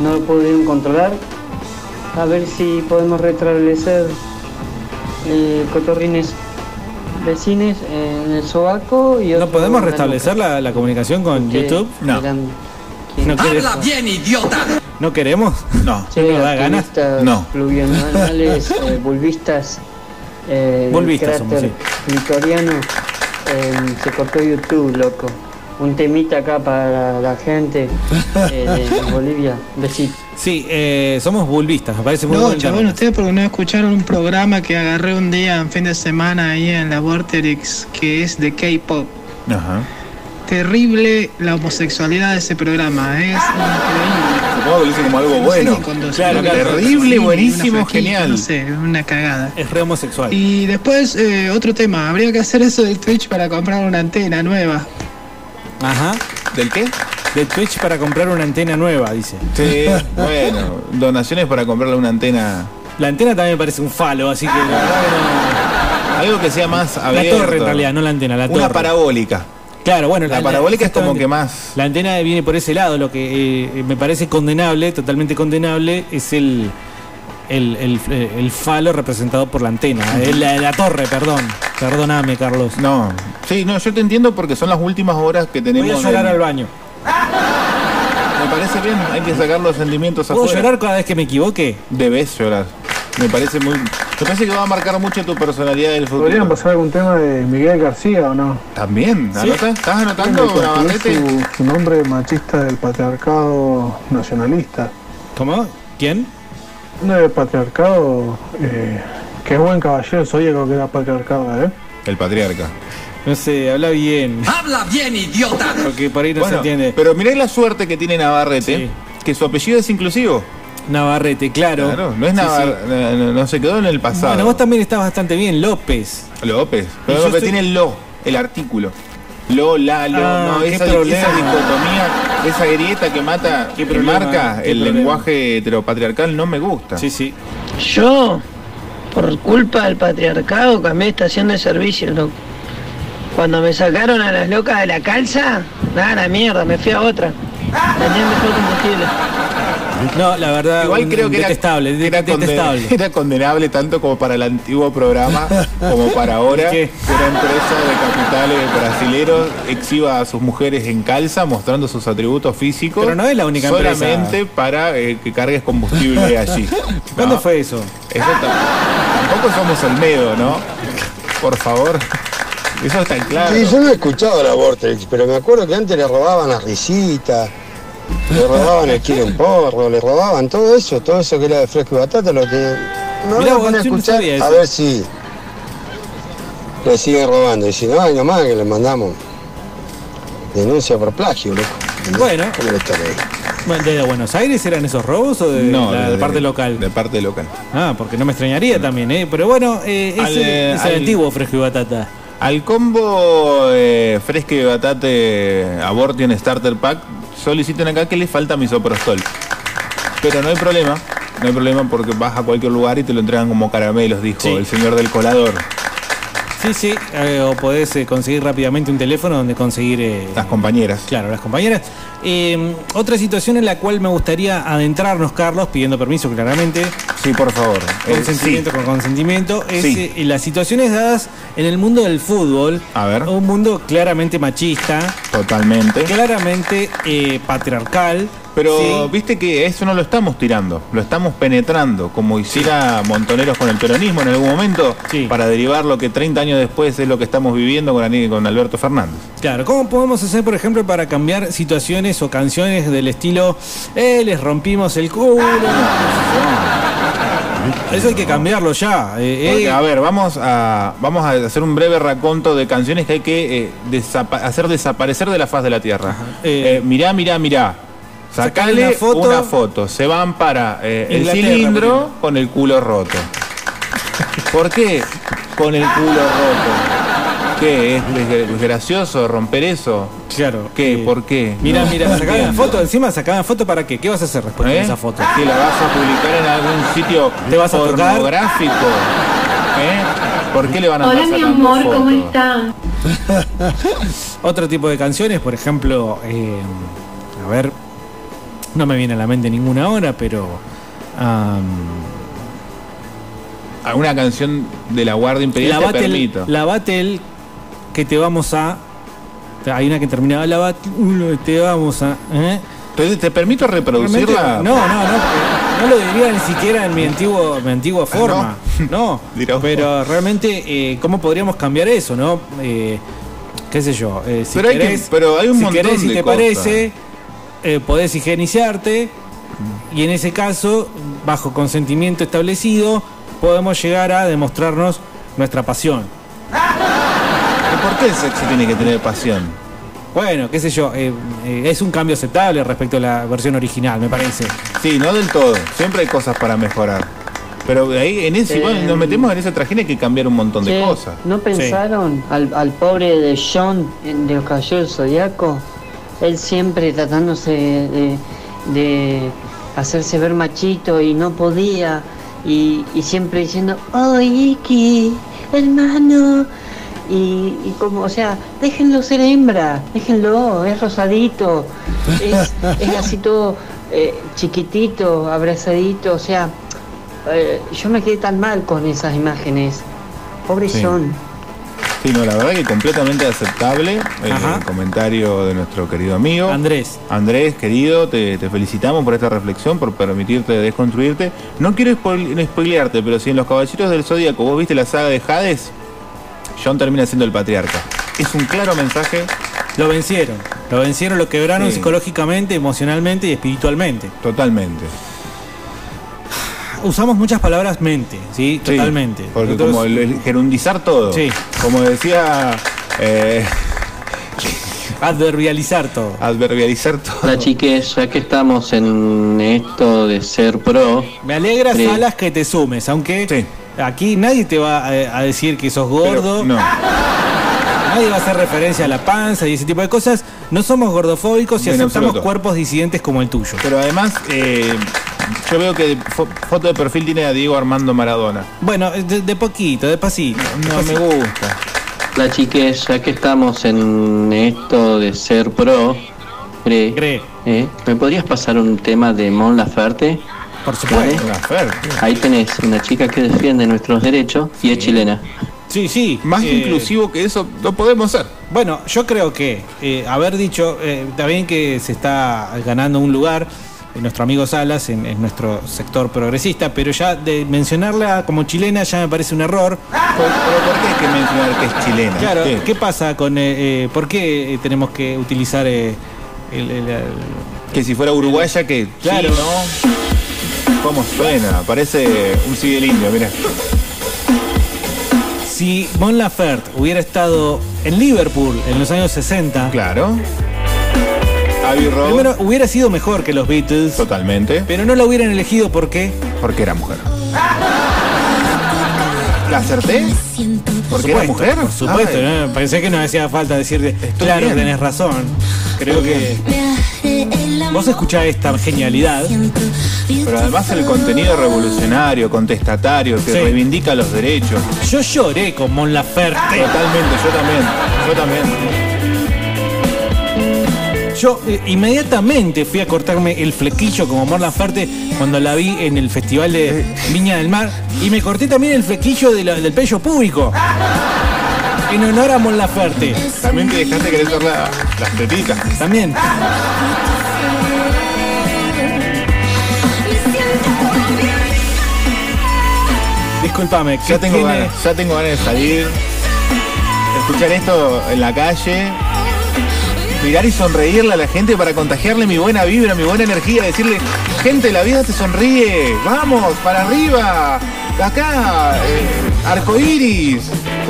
Speaker 15: no lo pudieron controlar. A ver si podemos restablecer eh, cotorrines vecines en el sobaco y
Speaker 2: ¿No
Speaker 15: otro
Speaker 2: podemos
Speaker 15: en la
Speaker 2: restablecer la, la comunicación con
Speaker 15: Ustedes
Speaker 2: YouTube? No.
Speaker 15: eran
Speaker 2: ¿No, querés-
Speaker 15: idiota!
Speaker 2: ¿No queremos?
Speaker 1: No.
Speaker 15: Che,
Speaker 2: ¿No nos da ganas?
Speaker 15: activistas
Speaker 2: No. <laughs>
Speaker 15: pluvioanales, eh, vulvistas, eh,
Speaker 2: Vulvistas somos,
Speaker 15: cráter clitoriano, eh, se cortó YouTube, loco. Un temita acá para la gente eh, de Bolivia. Besito.
Speaker 2: Sí, eh, somos bulbistas, me parece muy
Speaker 16: No,
Speaker 2: buen
Speaker 16: chabón,
Speaker 2: término.
Speaker 16: ustedes porque no escucharon un programa que agarré un día en fin de semana ahí en la Vorterix, que es de K-pop.
Speaker 1: Ajá.
Speaker 16: Terrible la homosexualidad de ese programa, ¿eh? es increíble.
Speaker 1: Supongo que lo hice como algo
Speaker 16: No sé
Speaker 1: bueno.
Speaker 16: ni cuando se
Speaker 1: Claro,
Speaker 16: toca el
Speaker 1: terrible,
Speaker 16: cine,
Speaker 1: buenísimo,
Speaker 16: una flaquita,
Speaker 1: genial.
Speaker 16: No sé, una cagada.
Speaker 2: Es re homosexual.
Speaker 16: Y después, eh, otro tema, habría que hacer eso del Twitch para comprar una antena nueva.
Speaker 2: Ajá.
Speaker 1: ¿Del qué?
Speaker 2: De Twitch para comprar una antena nueva, dice.
Speaker 1: Sí, <laughs> bueno, donaciones para comprarle una antena.
Speaker 2: La antena también me parece un falo, así que la verdad
Speaker 1: Algo que sea más
Speaker 2: que no- La
Speaker 1: abierto.
Speaker 2: torre en realidad, no la antena, la torre.
Speaker 1: Una parabólica.
Speaker 2: Claro, bueno,
Speaker 1: La parabólica es como
Speaker 2: exactamente.
Speaker 1: que más.
Speaker 2: La antena viene por ese lado, lo que eh, me parece condenable, totalmente condenable, es el, el, el- eh, el falo representado por la antena, eh, la, la torre, perdón. Perdóname, Carlos.
Speaker 1: No, sí, no, yo te entiendo porque son las últimas horas que tenemos.
Speaker 2: Voy a llorar
Speaker 1: del-
Speaker 2: al baño.
Speaker 1: Me parece bien, hay que sacar los sentimientos
Speaker 2: ¿Puedo
Speaker 1: afuera.
Speaker 2: llorar cada vez que me equivoque?
Speaker 1: Debes llorar. Me parece muy. Me parece que va a marcar mucho tu personalidad del
Speaker 5: ¿Podrían
Speaker 1: futuro.
Speaker 5: pasar algún tema de Miguel García o no?
Speaker 1: También,
Speaker 5: ¿Sí?
Speaker 1: ¿anota? ¿estás
Speaker 5: Porque
Speaker 1: anotando, Navarrete?
Speaker 5: es su, su nombre machista del patriarcado nacionalista.
Speaker 2: ¿Cómo? ¿Quién?
Speaker 5: No del patriarcado, eh, que es buen caballero zodíaco que era patriarcado, ¿eh?
Speaker 1: El patriarca.
Speaker 2: No sé, habla bien. ¡Habla bien, idiota! Porque por ahí no
Speaker 1: Bueno,
Speaker 2: se entiende.
Speaker 1: pero mirá la suerte que tiene Navarrete, que su apellido es inclusivo.
Speaker 2: Navarrete, claro.
Speaker 1: Claro, no es
Speaker 2: Sí,
Speaker 1: Navar-
Speaker 2: sí.
Speaker 1: No, no- no se quedó en el pasado.
Speaker 2: Bueno, vos también estás bastante bien, López.
Speaker 1: López. Pero
Speaker 2: Y yo
Speaker 1: López
Speaker 2: soy-
Speaker 1: tiene el lo, el artículo. Lo, la, lo,
Speaker 2: Ah,
Speaker 1: no,
Speaker 2: qué
Speaker 1: esa,
Speaker 2: problema.
Speaker 1: esa dicotomía, esa grieta que mata, que
Speaker 2: problema,
Speaker 1: marca
Speaker 2: qué
Speaker 1: el
Speaker 2: problema.
Speaker 1: lenguaje heteropatriarcal no me gusta. Sí,
Speaker 2: sí.
Speaker 7: Yo, por culpa del patriarcado, cambié estación de servicio, loco. Cuando me sacaron a las locas de la calza, nada, la mierda, me fui a otra. Tenían mejor combustible.
Speaker 2: No, la verdad,
Speaker 1: Igual
Speaker 2: un-
Speaker 1: creo que era-
Speaker 2: detestable, de-
Speaker 1: era, conde-
Speaker 2: detestable.
Speaker 1: era condenable tanto como para el antiguo programa como para ahora. Que una empresa de capitales brasileros exhiba a sus mujeres en calza mostrando sus atributos físicos.
Speaker 2: Pero no es la única empresa.
Speaker 1: Solamente para eh, que cargues
Speaker 2: <laughs>
Speaker 1: combustible allí.
Speaker 2: ¿Cuándo
Speaker 1: No.
Speaker 2: fue eso?
Speaker 1: Eso ta- tampoco somos Olmedo, ¿no? Por favor. Eso está claro.
Speaker 9: Sí, yo no he escuchado la Vortex, pero me acuerdo que antes le robaban las risitas, le robaban el quiero un porro, le robaban todo eso, todo eso que era de fresco y batata, lo que no
Speaker 2: Mirá
Speaker 9: lo
Speaker 2: vos,
Speaker 9: van a
Speaker 2: yo no
Speaker 9: escuchar
Speaker 2: sabía
Speaker 9: a
Speaker 2: eso.
Speaker 9: ver si le siguen robando. Y si no, ay nomás que le mandamos denuncia por plagio, loco.
Speaker 2: Bueno.
Speaker 9: ¿Cómo le está ahí?
Speaker 2: Bueno, ¿De Buenos Aires eran esos robos o de
Speaker 1: No,
Speaker 2: la
Speaker 1: de- de-
Speaker 2: parte local?
Speaker 1: De parte local.
Speaker 2: Ah, porque no me extrañaría también, ¿eh? Pero bueno, eh, ese
Speaker 1: Al, eh,
Speaker 2: es el
Speaker 1: al-
Speaker 2: antiguo fresco y batata.
Speaker 1: Al combo eh, fresco y batate Abortion Starter Pack soliciten acá que le falta misoprostol. Pero no hay problema, no hay problema porque vas a cualquier lugar y te lo entregan como caramelos, dijo el señor del colador.
Speaker 2: Sí, sí, eh, o podés eh, conseguir rápidamente un teléfono donde conseguir... eh,
Speaker 1: las compañeras.
Speaker 2: Claro, las compañeras. Eh, otra situación en la cual me gustaría adentrarnos, Carlos, pidiendo permiso claramente.
Speaker 1: Sí, por favor. Eh,
Speaker 2: Consentimiento con consentimiento. Es
Speaker 1: Sí.
Speaker 2: eh, las situaciones dadas en el mundo del fútbol.
Speaker 1: A ver.
Speaker 2: Un mundo claramente machista.
Speaker 1: Totalmente.
Speaker 2: Claramente eh, patriarcal.
Speaker 1: Pero
Speaker 2: ¿sí?
Speaker 1: viste que eso no lo estamos tirando, lo estamos penetrando, como hiciera Montoneros con el peronismo en algún momento, para derivar lo que 30 años después es lo que estamos viviendo con, Ani- con Alberto Fernández.
Speaker 2: Claro, ¿cómo podemos hacer, por ejemplo, para cambiar situaciones o canciones del estilo eh, les rompimos el culo? Eso hay que cambiarlo ya. eh, eh.
Speaker 1: Porque, a ver, vamos a, vamos a hacer un breve raconto de canciones que hay que eh, desapa- hacer desaparecer de la faz de la tierra. Eh, mirá, mirá, mirá.
Speaker 2: Sacale
Speaker 1: Sacale
Speaker 2: una foto.
Speaker 1: una foto. Se van para eh, el
Speaker 2: Inglaterra,
Speaker 1: cilindro con el culo roto. ¿Por qué con el culo roto? ¿Qué? ¿Es desgra- gracioso romper eso?
Speaker 2: Claro. Eh,
Speaker 1: ¿Qué? ¿Por qué?
Speaker 2: Mira,
Speaker 1: No,
Speaker 2: mira,
Speaker 1: no
Speaker 2: sacame la
Speaker 1: entiendo.
Speaker 2: foto, encima sacame la foto para qué? ¿Qué vas a hacer después
Speaker 1: ¿Eh?
Speaker 2: de esa foto?
Speaker 1: ¿Que la vas a publicar en algún sitio
Speaker 2: ¿Te vas a tocar?
Speaker 1: pornográfico? ¿Eh? ¿Por qué le van a
Speaker 11: Hola
Speaker 1: andar
Speaker 11: mi
Speaker 1: sacando
Speaker 11: amor, ¿cómo
Speaker 1: fotos?
Speaker 11: están?
Speaker 2: Otro tipo de canciones, por ejemplo, eh, a ver, no me viene a la mente ninguna ahora, pero am,
Speaker 1: alguna canción de la Guardia
Speaker 2: la
Speaker 1: Imperial te
Speaker 2: battle,
Speaker 1: permito.
Speaker 2: la battle que te vamos a, hay una que terminaba la battle, uno, te vamos a, ¿eh?
Speaker 1: Entonces, ¿te permito reproducirla?
Speaker 2: Realmente, No, no, no, porque no lo diría ni siquiera en mi antiguo, mi antigua
Speaker 1: Ah,
Speaker 2: forma.
Speaker 1: <laughs>
Speaker 2: No, pero realmente, eh, ¿cómo podríamos cambiar eso, no? Eh, qué sé yo, eh, si
Speaker 1: Pero hay que-
Speaker 2: querés,
Speaker 1: pero hay un
Speaker 2: si
Speaker 1: montón
Speaker 2: querés, si
Speaker 1: de
Speaker 2: te
Speaker 1: cosas.
Speaker 2: parece, eh, podés higienizarte y en ese caso, bajo consentimiento establecido, podemos llegar a demostrarnos nuestra pasión.
Speaker 1: ¿Por qué el sexo tiene que tener pasión?
Speaker 2: Bueno, qué sé yo, eh, eh, es un cambio aceptable respecto a la versión original, me parece.
Speaker 1: Sí, no del todo. Siempre hay cosas para mejorar. Pero ahí en ese,
Speaker 15: Eh,
Speaker 1: igual nos metemos en esa tragedia hay que cambiar un montón de
Speaker 15: Che,
Speaker 1: cosas.
Speaker 15: ¿No pensaron al, al pobre de John en- de los Caballeros del Zodiaco? Él siempre tratándose de, de hacerse ver machito y no podía. Y, y siempre diciendo, ¡Oh, Iki! ¡Hermano! Y, y como, o sea, déjenlo ser hembra, déjenlo, es rosadito, es, es así todo eh, chiquitito, abrazadito, o sea, eh, yo me quedé tan mal con esas imágenes. Pobre
Speaker 1: Sí.
Speaker 15: John.
Speaker 1: Sí, no, la verdad que completamente aceptable eh, el
Speaker 2: Ajá.
Speaker 1: comentario de nuestro querido amigo.
Speaker 2: Andrés.
Speaker 1: Andrés, querido, te, te felicitamos por esta reflexión, por permitirte desconstruirte. No quiero spoil- spoilearte, pero si en Los Caballeros del Zodíaco vos viste la saga de Hades, John termina siendo el patriarca. Es un claro mensaje.
Speaker 2: Lo vencieron, lo vencieron, lo quebraron
Speaker 1: Sí.
Speaker 2: psicológicamente, emocionalmente y espiritualmente.
Speaker 1: Totalmente.
Speaker 2: Usamos muchas palabras mente, ¿sí?
Speaker 1: Sí,
Speaker 2: Totalmente.
Speaker 1: Porque
Speaker 2: Nosotros-
Speaker 1: como el, el gerundizar todo.
Speaker 2: Sí.
Speaker 1: Como decía.
Speaker 2: <laughs>
Speaker 1: eh,
Speaker 2: Adverbializar todo.
Speaker 1: Adverbializar todo.
Speaker 17: Hola chiques, ya que estamos en esto de ser pro,
Speaker 2: Me alegra,
Speaker 17: Sí.
Speaker 2: Salas, que te sumes, aunque aquí nadie te va eh, a, a decir que sos gordo.
Speaker 1: no.
Speaker 2: Nadie va a hacer referencia a la panza y ese tipo de cosas. No somos gordofóbicos y
Speaker 1: En
Speaker 2: aceptamos
Speaker 1: absoluto.
Speaker 2: cuerpos disidentes como el tuyo.
Speaker 1: Pero además, eh, yo veo que fo- foto de perfil tiene a Diego Armando Maradona.
Speaker 2: Bueno, eh, de, de poquito, de pasito.
Speaker 1: No me gusta.
Speaker 17: hola chiques, ya que estamos en esto de ser pro, Gre. Eh, ¿Me podrías pasar un tema de Mon Laferte?
Speaker 2: Por
Speaker 1: supuesto,
Speaker 17: Ahí tenés una chica que defiende nuestros derechos y es chilena.
Speaker 2: Sí, sí. eh,
Speaker 1: Más inclusivo que eso no podemos ser.
Speaker 2: Bueno, yo creo que eh, haber dicho, eh, también que se está ganando un lugar eh, nuestro amigo Salas en, en nuestro sector progresista, pero ya de mencionarla como chilena ya me parece un error.
Speaker 1: ¿Pero por qué hay que mencionar que es chilena?
Speaker 2: Claro,
Speaker 1: Sí.
Speaker 2: ¿qué pasa con, eh, eh, por qué eh, tenemos que utilizar eh, el- el- el
Speaker 1: Que si fuera uruguaya, que.
Speaker 2: Claro.
Speaker 1: Sí, ¿no? ¿Cómo suena? Parece un civil indio, mira.
Speaker 2: Si Mon Laferte hubiera estado en Liverpool en los años 60.
Speaker 1: Claro.
Speaker 2: Primero, hubiera sido mejor que los Beatles.
Speaker 1: Totalmente.
Speaker 2: Pero no la hubieran elegido porque.
Speaker 1: Porque era mujer. ¿La acerté? ¿Porque era
Speaker 2: Supuesto,
Speaker 1: mujer?
Speaker 2: Por supuesto,
Speaker 1: Ay.
Speaker 2: ¿no? pensé que no hacía falta decir, claro,
Speaker 1: bien.
Speaker 2: tenés razón. Creo que. Vos escuchás esta genialidad.
Speaker 1: Pero además el contenido revolucionario, contestatario, que
Speaker 2: Sí.
Speaker 1: reivindica los derechos.
Speaker 2: Yo lloré con Mon Laferte.
Speaker 1: Totalmente, yo también. Yo también.
Speaker 2: Yo eh, inmediatamente fui a cortarme el flequillo como Mon Laferte cuando la vi en el festival de Viña del Mar y me corté también el flequillo de la- del pello público. En honor a Mon Laferte.
Speaker 1: También te dejaste querer ver la- las tetitas.
Speaker 2: También. Disculpame,
Speaker 1: Ya tengo
Speaker 2: tiene-
Speaker 1: ganas, ya tengo ganas de salir. Escuchar esto en la calle. Mirar y sonreírle a la gente para contagiarle mi buena vibra, mi buena energía. Decirle, gente, la vida te sonríe. Vamos, para arriba. Acá, eh, arcoíris,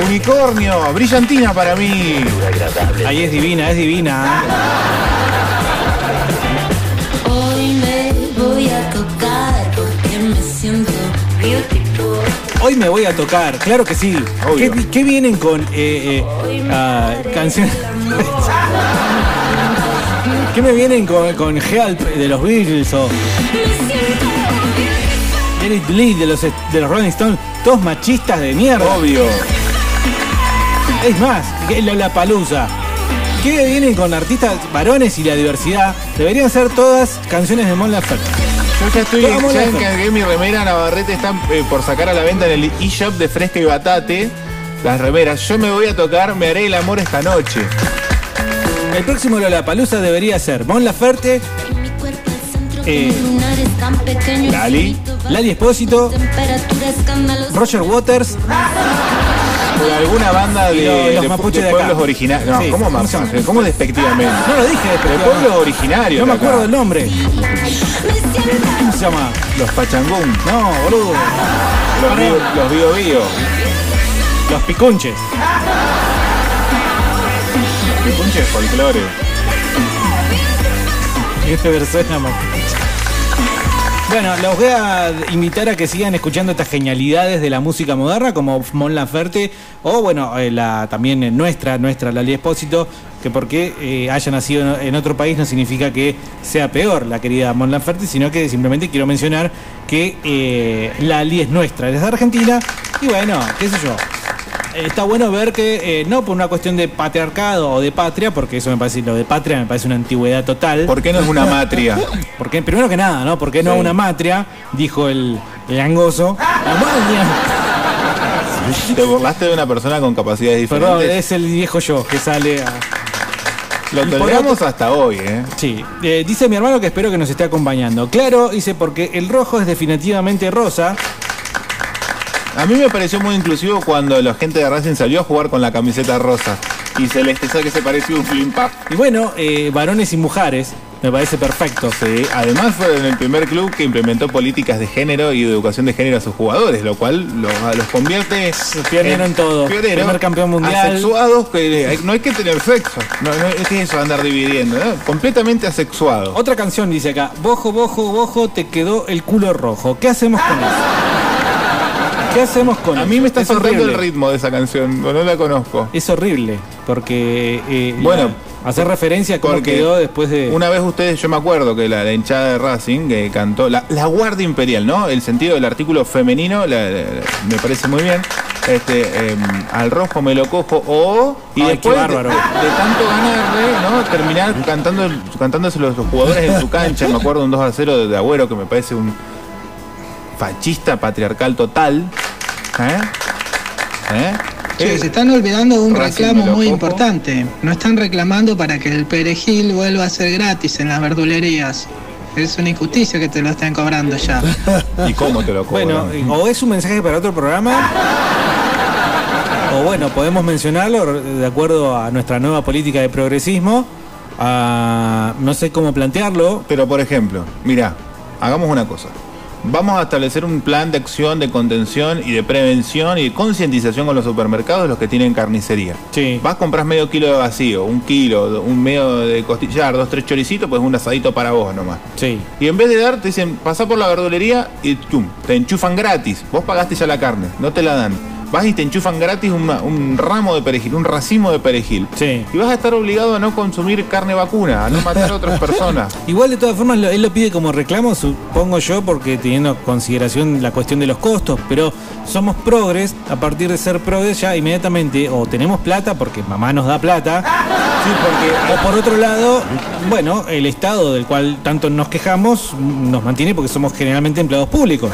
Speaker 1: unicornio, brillantina para mí.
Speaker 2: Ahí es divina, es divina. ¿eh?
Speaker 13: Hoy me voy a tocar porque me siento beautiful.
Speaker 2: Hoy me voy a tocar, claro que sí. ¿Qué, qué vienen con eh, eh, ah, canciones? ¿Qué me vienen con, con Help de los Beatles o Let It Bleed de los, de los Rolling Stones? Todos machistas de mierda.
Speaker 1: Obvio.
Speaker 2: Es más, que la, la palusa. ¿Qué vienen con artistas varones y la diversidad? Deberían ser todas canciones de Mon Laferte.
Speaker 1: Yo ya estoy,
Speaker 2: Todas Mon
Speaker 1: ya
Speaker 2: Laferte.
Speaker 1: encargué mi remera Navarrete, están eh, por sacar a la venta en el e-shop de Fresca y Batate. Las remeras, yo me voy a tocar, me haré el amor esta noche.
Speaker 2: El próximo Lollapalooza debería ser Mon Laferte, eh,
Speaker 13: Lunares tan pequeños.
Speaker 2: Lali, Lali Espósito,
Speaker 13: Temperatura escándalo.
Speaker 2: Roger Waters.
Speaker 1: Y alguna banda de,
Speaker 2: Y los- los
Speaker 1: de-
Speaker 2: mapuches de acá.
Speaker 1: pueblos originarios. No,
Speaker 2: Sí,
Speaker 1: ¿cómo
Speaker 2: ¿cómo se
Speaker 1: mapuches?
Speaker 2: llama?
Speaker 1: ¿Cómo despectivamente?
Speaker 2: No lo dije,
Speaker 1: De
Speaker 2: pero
Speaker 1: pueblos originarios.
Speaker 2: No me
Speaker 1: de acá.
Speaker 2: acuerdo del nombre. ¿Cómo se llama?
Speaker 1: Los Pachangún.
Speaker 2: No, boludo.
Speaker 1: Los bio, los bio, Bio.
Speaker 2: Los Picunches.
Speaker 1: Picunche de folclore.
Speaker 2: Este verso es nada más. Bueno, los voy a invitar a que sigan escuchando estas genialidades de la música moderna, como Mon Laferte, o bueno, eh, la, también eh, nuestra, nuestra Lali Espósito, que porque eh, haya nacido en en otro país no significa que sea peor la querida Mon Laferte, sino que simplemente quiero mencionar que eh, Lali es nuestra, es de Argentina, y bueno, qué sé yo, Está bueno ver que eh, no por una cuestión de patriarcado o de patria, porque eso me parece, lo de patria me parece una antigüedad total. ¿Por
Speaker 1: qué no es una matria?
Speaker 2: <laughs> Porque primero que nada, ¿no? ¿Por qué no una matria? Dijo el, el angoso. La matria.
Speaker 1: <laughs> Te burlaste de una persona con capacidades diferentes.
Speaker 2: Perdón, es el viejo yo que sale a...
Speaker 1: Lo
Speaker 2: Y por
Speaker 1: toleramos
Speaker 2: otro-
Speaker 1: hasta hoy, ¿eh?
Speaker 2: Sí, Eh, dice mi hermano que espero que nos esté acompañando. Claro, dice porque el rojo es definitivamente rosa.
Speaker 1: A mí me pareció muy inclusivo cuando la gente de Racing salió a jugar con la camiseta rosa y celeste, esa que se parecía a un flimpa.
Speaker 2: Y bueno, eh, varones y mujeres, me parece perfecto.
Speaker 1: Sí, además fueron el primer club que implementó políticas de género y de educación de género a sus jugadores, lo cual lo- a los convierte
Speaker 2: Pionero en todo.
Speaker 1: pionero,
Speaker 2: Primer campeón mundial.
Speaker 1: Asexuados, que hay- no hay que tener sexo. No, no es que eso andar dividiendo, ¿no? Completamente asexuado.
Speaker 2: Otra canción dice acá, bojo, bojo, bojo, te quedó el culo rojo. ¿Qué hacemos con eso? ¿Qué hacemos con
Speaker 1: A
Speaker 2: eso?
Speaker 1: mí me está
Speaker 2: Es
Speaker 1: faltando el
Speaker 2: horrible.
Speaker 1: ritmo de esa canción, no no la conozco.
Speaker 2: Es horrible, porque eh,
Speaker 1: Bueno,
Speaker 2: la- hacer referencia a cómo
Speaker 1: porque
Speaker 2: quedó después de...
Speaker 1: Una vez ustedes, yo me acuerdo que la, la hinchada de Racing que cantó la, la Guardia Imperial, ¿no? El sentido del artículo femenino la- la- la- me parece muy bien. este, em, al rojo me lo cojo o y
Speaker 2: Ay, qué
Speaker 1: después de,
Speaker 2: bárbaro.
Speaker 1: de tanto ganarle, ¿no? Terminar cantando cantándose los, los jugadores en su cancha, me acuerdo un 2 a 0 de, de Agüero que me parece un fascista patriarcal total. ¿Eh? ¿Eh?
Speaker 16: Che,
Speaker 1: Eh,
Speaker 16: se están olvidando de un
Speaker 1: Racing
Speaker 16: reclamo
Speaker 1: me lo
Speaker 16: muy
Speaker 1: cojo.
Speaker 16: importante. No están reclamando para que el perejil vuelva a ser gratis en las verdulerías. Es una injusticia que te lo estén cobrando ya.
Speaker 1: ¿Y cómo te lo cobran?
Speaker 2: Bueno, eh, o es un mensaje <laughs> para otro programa. O bueno, podemos mencionarlo de acuerdo a nuestra nueva política de progresismo. a- no sé cómo plantearlo.
Speaker 1: Pero por ejemplo, mira, hagamos una cosa. Vamos a establecer un plan de acción, de contención y de prevención y de concientización con los supermercados, los que tienen carnicería.
Speaker 2: Sí.
Speaker 1: Vas, compras medio kilo de vacío, un kilo, do- un medio de costillar, dos, tres choricitos, pues un asadito para vos nomás.
Speaker 2: Sí.
Speaker 1: Y en vez de dar, te dicen, pasá por la verdulería y chum, te enchufan gratis. Vos pagaste ya la carne, no te la dan. Vas y te enchufan gratis una- un ramo de perejil, un racimo de perejil.
Speaker 2: Sí.
Speaker 1: Y vas a estar obligado a no consumir carne vacuna, a no matar a
Speaker 2: <laughs>
Speaker 1: otras personas.
Speaker 2: Igual de todas formas lo- él lo pide como reclamo, supongo yo, porque teniendo en consideración la cuestión de los costos, pero somos progres, a partir de ser progres ya inmediatamente o tenemos plata porque mamá nos da plata, o por otro lado, bueno, el Estado del cual tanto nos quejamos mm, nos mantiene porque somos generalmente empleados públicos.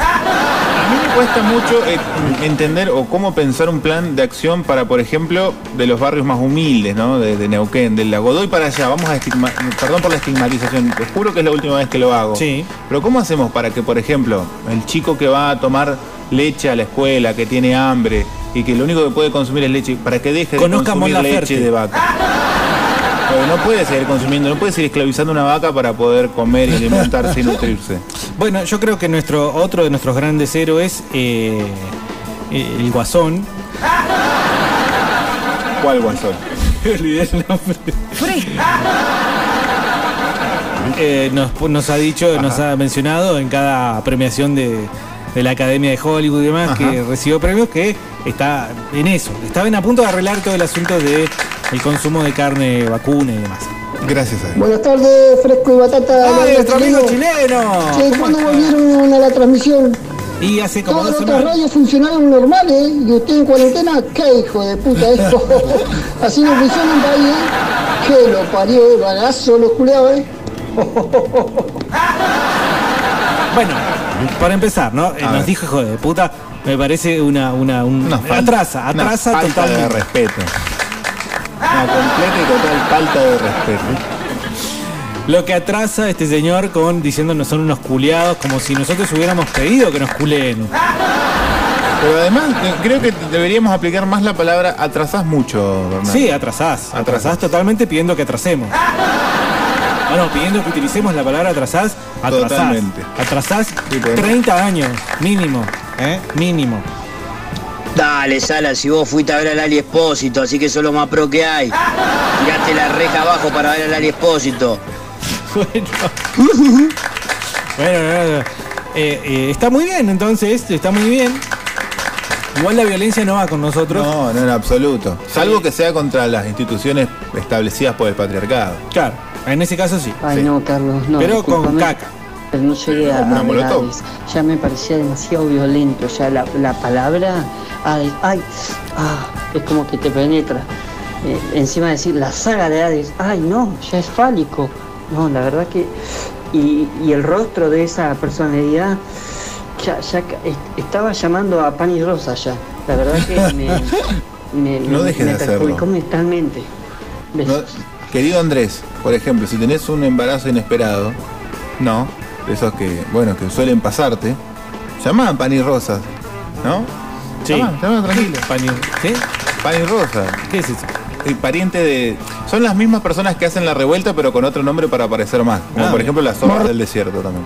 Speaker 1: A mí me cuesta mucho eh, entender o cómo pensar un plan de acción para, por ejemplo, de los barrios más humildes, ¿no? De, de Neuquén, del Lago. Doy para allá, vamos a estigma... Perdón por la estigmatización, te juro que es la última vez que lo hago.
Speaker 2: Sí.
Speaker 1: Pero ¿cómo hacemos para que, por ejemplo, el chico que va a tomar leche a la escuela, que tiene hambre y que lo único que puede consumir es leche, para que deje de
Speaker 2: Conozca a Mon
Speaker 1: consumir leche
Speaker 2: Laferte.
Speaker 1: de vaca? Porque no puede seguir consumiendo, no puede seguir esclavizando una vaca para poder comer y alimentarse y nutrirse.
Speaker 2: Bueno, yo creo que nuestro otro de nuestros grandes héroes, eh, eh, el Guasón.
Speaker 1: ¿Cuál Guasón?
Speaker 2: <laughs> Olvidé el nombre. Eh, nos, pu- nos ha dicho, nos ha mencionado en cada premiación de, de la Academia de Hollywood y demás que recibió premios que está en eso. Estaba en a punto de arreglar todo el asunto de el consumo de carne vacuna y demás.
Speaker 1: Gracias a
Speaker 18: Buenas tardes, Fresco y Batata.
Speaker 2: ¡Ah,
Speaker 18: Hola,
Speaker 2: nuestro amigo chileno!
Speaker 18: Che,
Speaker 2: ¿Cómo
Speaker 18: ¿cuándo
Speaker 2: está?
Speaker 18: volvieron a la transmisión?
Speaker 2: Y hace como
Speaker 18: Todas las
Speaker 2: dos
Speaker 18: otras
Speaker 2: semanas.
Speaker 18: radios funcionaron normales y usted en cuarentena, qué hijo de puta esto.
Speaker 2: <laughs>
Speaker 18: Así nos funcionan para ahí, ¿eh? Que lo parió de balazo los culeados, ¿eh?
Speaker 2: Bueno, para empezar, ¿no? Eh, nos
Speaker 1: ver.
Speaker 2: dijo hijo de puta, me parece una, una, un-
Speaker 1: Una
Speaker 2: atrasa,
Speaker 1: falta- una
Speaker 2: atrasa
Speaker 1: falta de
Speaker 2: totalmente.
Speaker 1: respeto. Una completa y total falta de respeto.
Speaker 2: Lo que atrasa este señor con diciéndonos son unos culeados, como si nosotros hubiéramos pedido que nos culeen.
Speaker 1: Pero además, eh, creo que deberíamos aplicar más la palabra atrasás mucho, Bernardo.
Speaker 2: Sí, atrasás. Atrasás totalmente pidiendo que atrasemos. Bueno, pidiendo que utilicemos la palabra atrasás, atrasás.
Speaker 1: Totalmente.
Speaker 2: Atrasás
Speaker 1: podemos.
Speaker 2: 30 años, mínimo, ¿eh? Mínimo.
Speaker 19: Dale, Sala, si vos fuiste a ver al Ali Espósito, así que eso es lo más pro que hay. Tiraste la reja abajo para ver al Ali Espósito.
Speaker 2: Bueno. Bueno, no, no. Eh, eh, está muy bien, entonces, está muy bien. Igual la violencia no va con nosotros.
Speaker 1: No, no en absoluto. Salvo que sea contra las instituciones establecidas por el patriarcado.
Speaker 2: Claro, en ese caso sí.
Speaker 15: Ay, no, Carlos, no.
Speaker 1: Pero con
Speaker 15: discúlpame,
Speaker 1: caca.
Speaker 15: Pero no llegué a,
Speaker 1: Una
Speaker 15: a
Speaker 1: molotov.
Speaker 15: Gladys. Ya me parecía demasiado violento. Ya la, la palabra. Ay, ay, ah, es como que te penetra. Eh, encima decir la saga de Hades. Ay, no, ya es fálico. No, la verdad que. Y, y el rostro de esa personalidad. Ya, ya ca- est- estaba llamando a Pan y Rosa ya. La verdad que
Speaker 1: <laughs>
Speaker 15: me. me,
Speaker 1: No
Speaker 15: me-
Speaker 1: dejes
Speaker 15: me
Speaker 1: de hacerlo.
Speaker 15: perjudicó mentalmente.
Speaker 1: No- querido Andrés, por ejemplo, si tenés un embarazo inesperado, no, de esos que, bueno, que suelen pasarte, llamá a Pan y Rosas, ¿no?
Speaker 2: Sí.
Speaker 1: Llamá,
Speaker 2: <laughs>
Speaker 1: llamá, tranquilo.
Speaker 2: Pan y, ¿sí?
Speaker 1: Pan y Rosa.
Speaker 2: ¿Qué es eso?
Speaker 1: El pariente de. Son las mismas personas que hacen la revuelta, pero con otro nombre para aparecer más.
Speaker 2: Ah,
Speaker 1: Como por ejemplo las sombras del desierto también.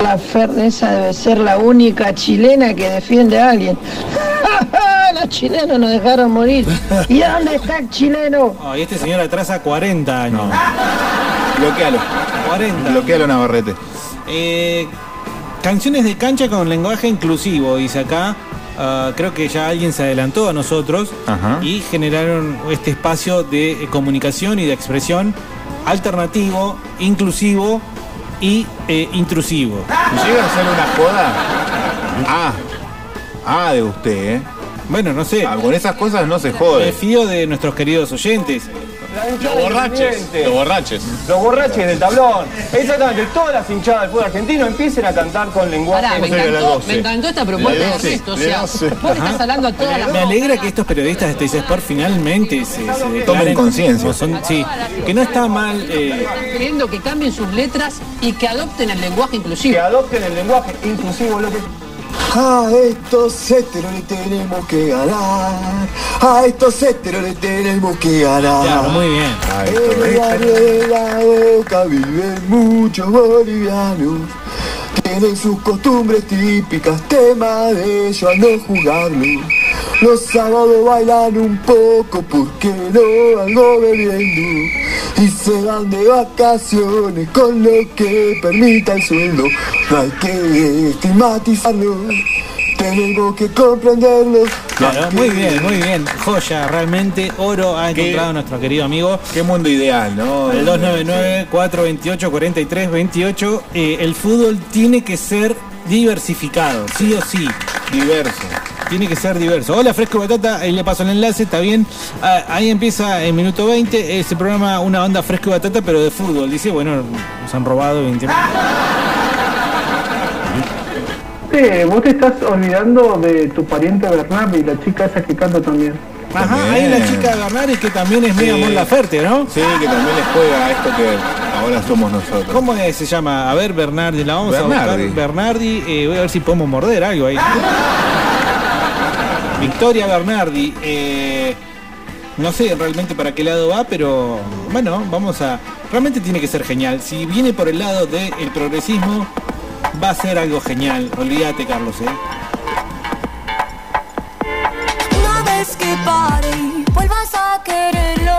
Speaker 7: La Fernesa debe ser la única chilena que defiende a alguien. <laughs> Los chilenos nos dejaron morir. ¿Y dónde está el chileno?
Speaker 2: Ay, este señor atrasa 40 años.
Speaker 1: Bloquealo.
Speaker 2: 40.
Speaker 1: Bloquealo, Navarrete.
Speaker 2: Eh, canciones de cancha con lenguaje inclusivo, dice acá. Ah, creo que ya alguien se adelantó a nosotros
Speaker 1: Ajá.
Speaker 2: y generaron este espacio de eh, comunicación y de expresión alternativo, inclusivo y eh, intrusivo.
Speaker 1: Ah. Si llega a ser una joda. Ah. Ah, de usted, ¿eh?
Speaker 2: Bueno, no sé.
Speaker 1: con esas cosas no se jode.
Speaker 2: Me fío de nuestros queridos oyentes.
Speaker 20: Los borraches.
Speaker 1: Los borraches.
Speaker 20: Los borraches del tablón. Exactamente, todas las hinchadas del fútbol argentino empiecen a cantar con lenguaje.
Speaker 21: Pará, me encantó, me encantó esta propuesta del resto. O sea, vos le estás hablando a todas las
Speaker 2: Me alegra que estos periodistas de Teis Sport finalmente se, se
Speaker 1: Tomen
Speaker 2: declaren
Speaker 1: conciencia.
Speaker 2: como son- sí, que no está mal. eh,
Speaker 21: Están pidiendo que cambien sus letras y que adopten el lenguaje inclusivo. Que
Speaker 20: adopten el lenguaje inclusivo, lo que.
Speaker 22: A estos héteros le tenemos que ganar. A estos héteros le tenemos que ganar.
Speaker 2: claro, muy bien.
Speaker 22: En la Nueva Boca viven muchos bolivianos. Tienen sus costumbres típicas, tema de ellos al no jugarlo. Los sábados bailan un poco porque no ando bebiendo. Y se van de vacaciones con lo que permita el sueldo. No hay que estigmatizarlo, tenemos que comprenderlo.
Speaker 2: Claro, muy bien, muy bien. Joya, realmente oro ha encontrado nuestro querido amigo.
Speaker 1: Qué mundo ideal, ¿no?
Speaker 2: El 299-428-4328. eh, el fútbol tiene que ser diversificado, sí o sí.
Speaker 1: Diverso.
Speaker 2: Tiene que ser diverso. Hola, Fresco Batata, ahí le paso el enlace, está bien. Ah, ahí empieza en minuto 20 ese programa, una onda Fresco y Batata, pero de fútbol. Dice, bueno, nos han robado 20
Speaker 5: Eh, vos te estás olvidando de tu pariente Bernardo y la chica esa que canta también.
Speaker 2: Ajá, hay la chica de Garnares que también es media
Speaker 1: Sí.
Speaker 2: Mon Laferte, ¿no?
Speaker 1: Sí, que también les juega a esto que ahora somos nosotros.
Speaker 2: ¿Cómo es- se llama? A ver, Bernardi, la vamos a
Speaker 1: Bernardi.
Speaker 2: buscar. Bernardi, eh, voy a ver si podemos morder algo ahí. Victoria Bernardi, eh, no sé realmente para qué lado va, pero bueno, vamos a... Realmente tiene que ser genial. Si viene por el lado del progresismo, va a ser algo genial. Olvídate, Carlos, ¿eh?
Speaker 13: Una vez que pare, vuelvas a quererlo.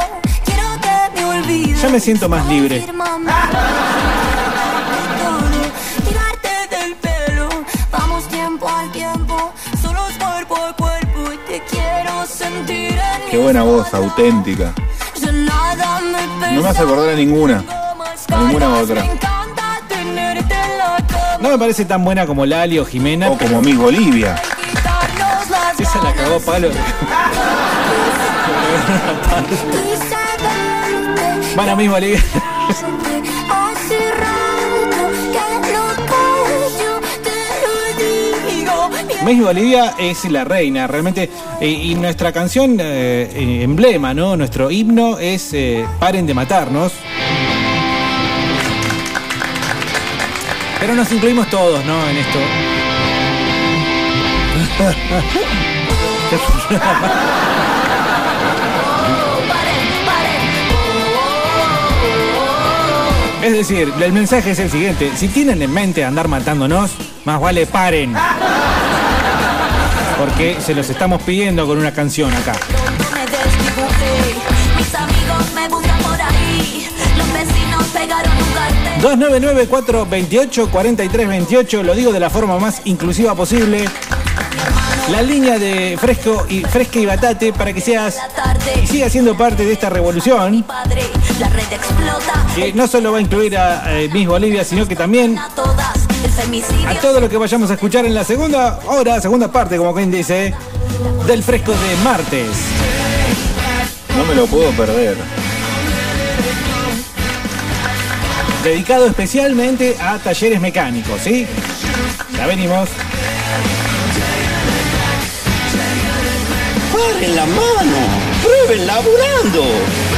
Speaker 13: Quiero que me olvides.
Speaker 2: Ya me siento más libre.
Speaker 13: Confírmame. Tirarte del pelo. Vamos tiempo al tiempo. Solo es cuerpo a cuerpo. Y te quiero sentir en
Speaker 1: Qué buena voz, auténtica.
Speaker 13: Yo nada me
Speaker 1: No me hace acordar a ninguna. A ninguna otra.
Speaker 2: No me parece tan buena como Lali o Jimena. O
Speaker 1: como Miss Bolivia.
Speaker 2: Esa la cagó palo. Bueno, Miss Bolivia.
Speaker 13: Hace rato que no callo, te lo digo.
Speaker 2: Miss Bolivia es la reina, realmente. eh, y nuestra canción eh, eh, emblema, ¿no? Nuestro himno es eh, Paren de matarnos. Pero nos incluimos todos, ¿no? En esto. <laughs> Es decir, el mensaje es el siguiente. Si tienen en mente andar matándonos, más vale paren. Porque se los estamos pidiendo con una canción acá.
Speaker 13: Me desdibujé, mis amigos me buscan por ahí, los vecinos pegaron un cartel.
Speaker 2: 299-428-4328, lo digo de la forma más inclusiva posible. La línea de fresco y fresca y batate para que seas y sigas siendo parte de esta revolución.
Speaker 13: La red explota
Speaker 2: Que no solo va a incluir a eh, Miss Bolivia, sino que también
Speaker 13: a todas, el femicidio.
Speaker 2: a todo lo que vayamos a escuchar en la segunda hora, segunda parte, como quien dice, del fresco de martes.
Speaker 1: No me lo puedo perder.
Speaker 2: Dedicado especialmente a talleres mecánicos, ¿sí? Ya venimos.
Speaker 23: ¡Paren la mano! ¡Prueben laburando!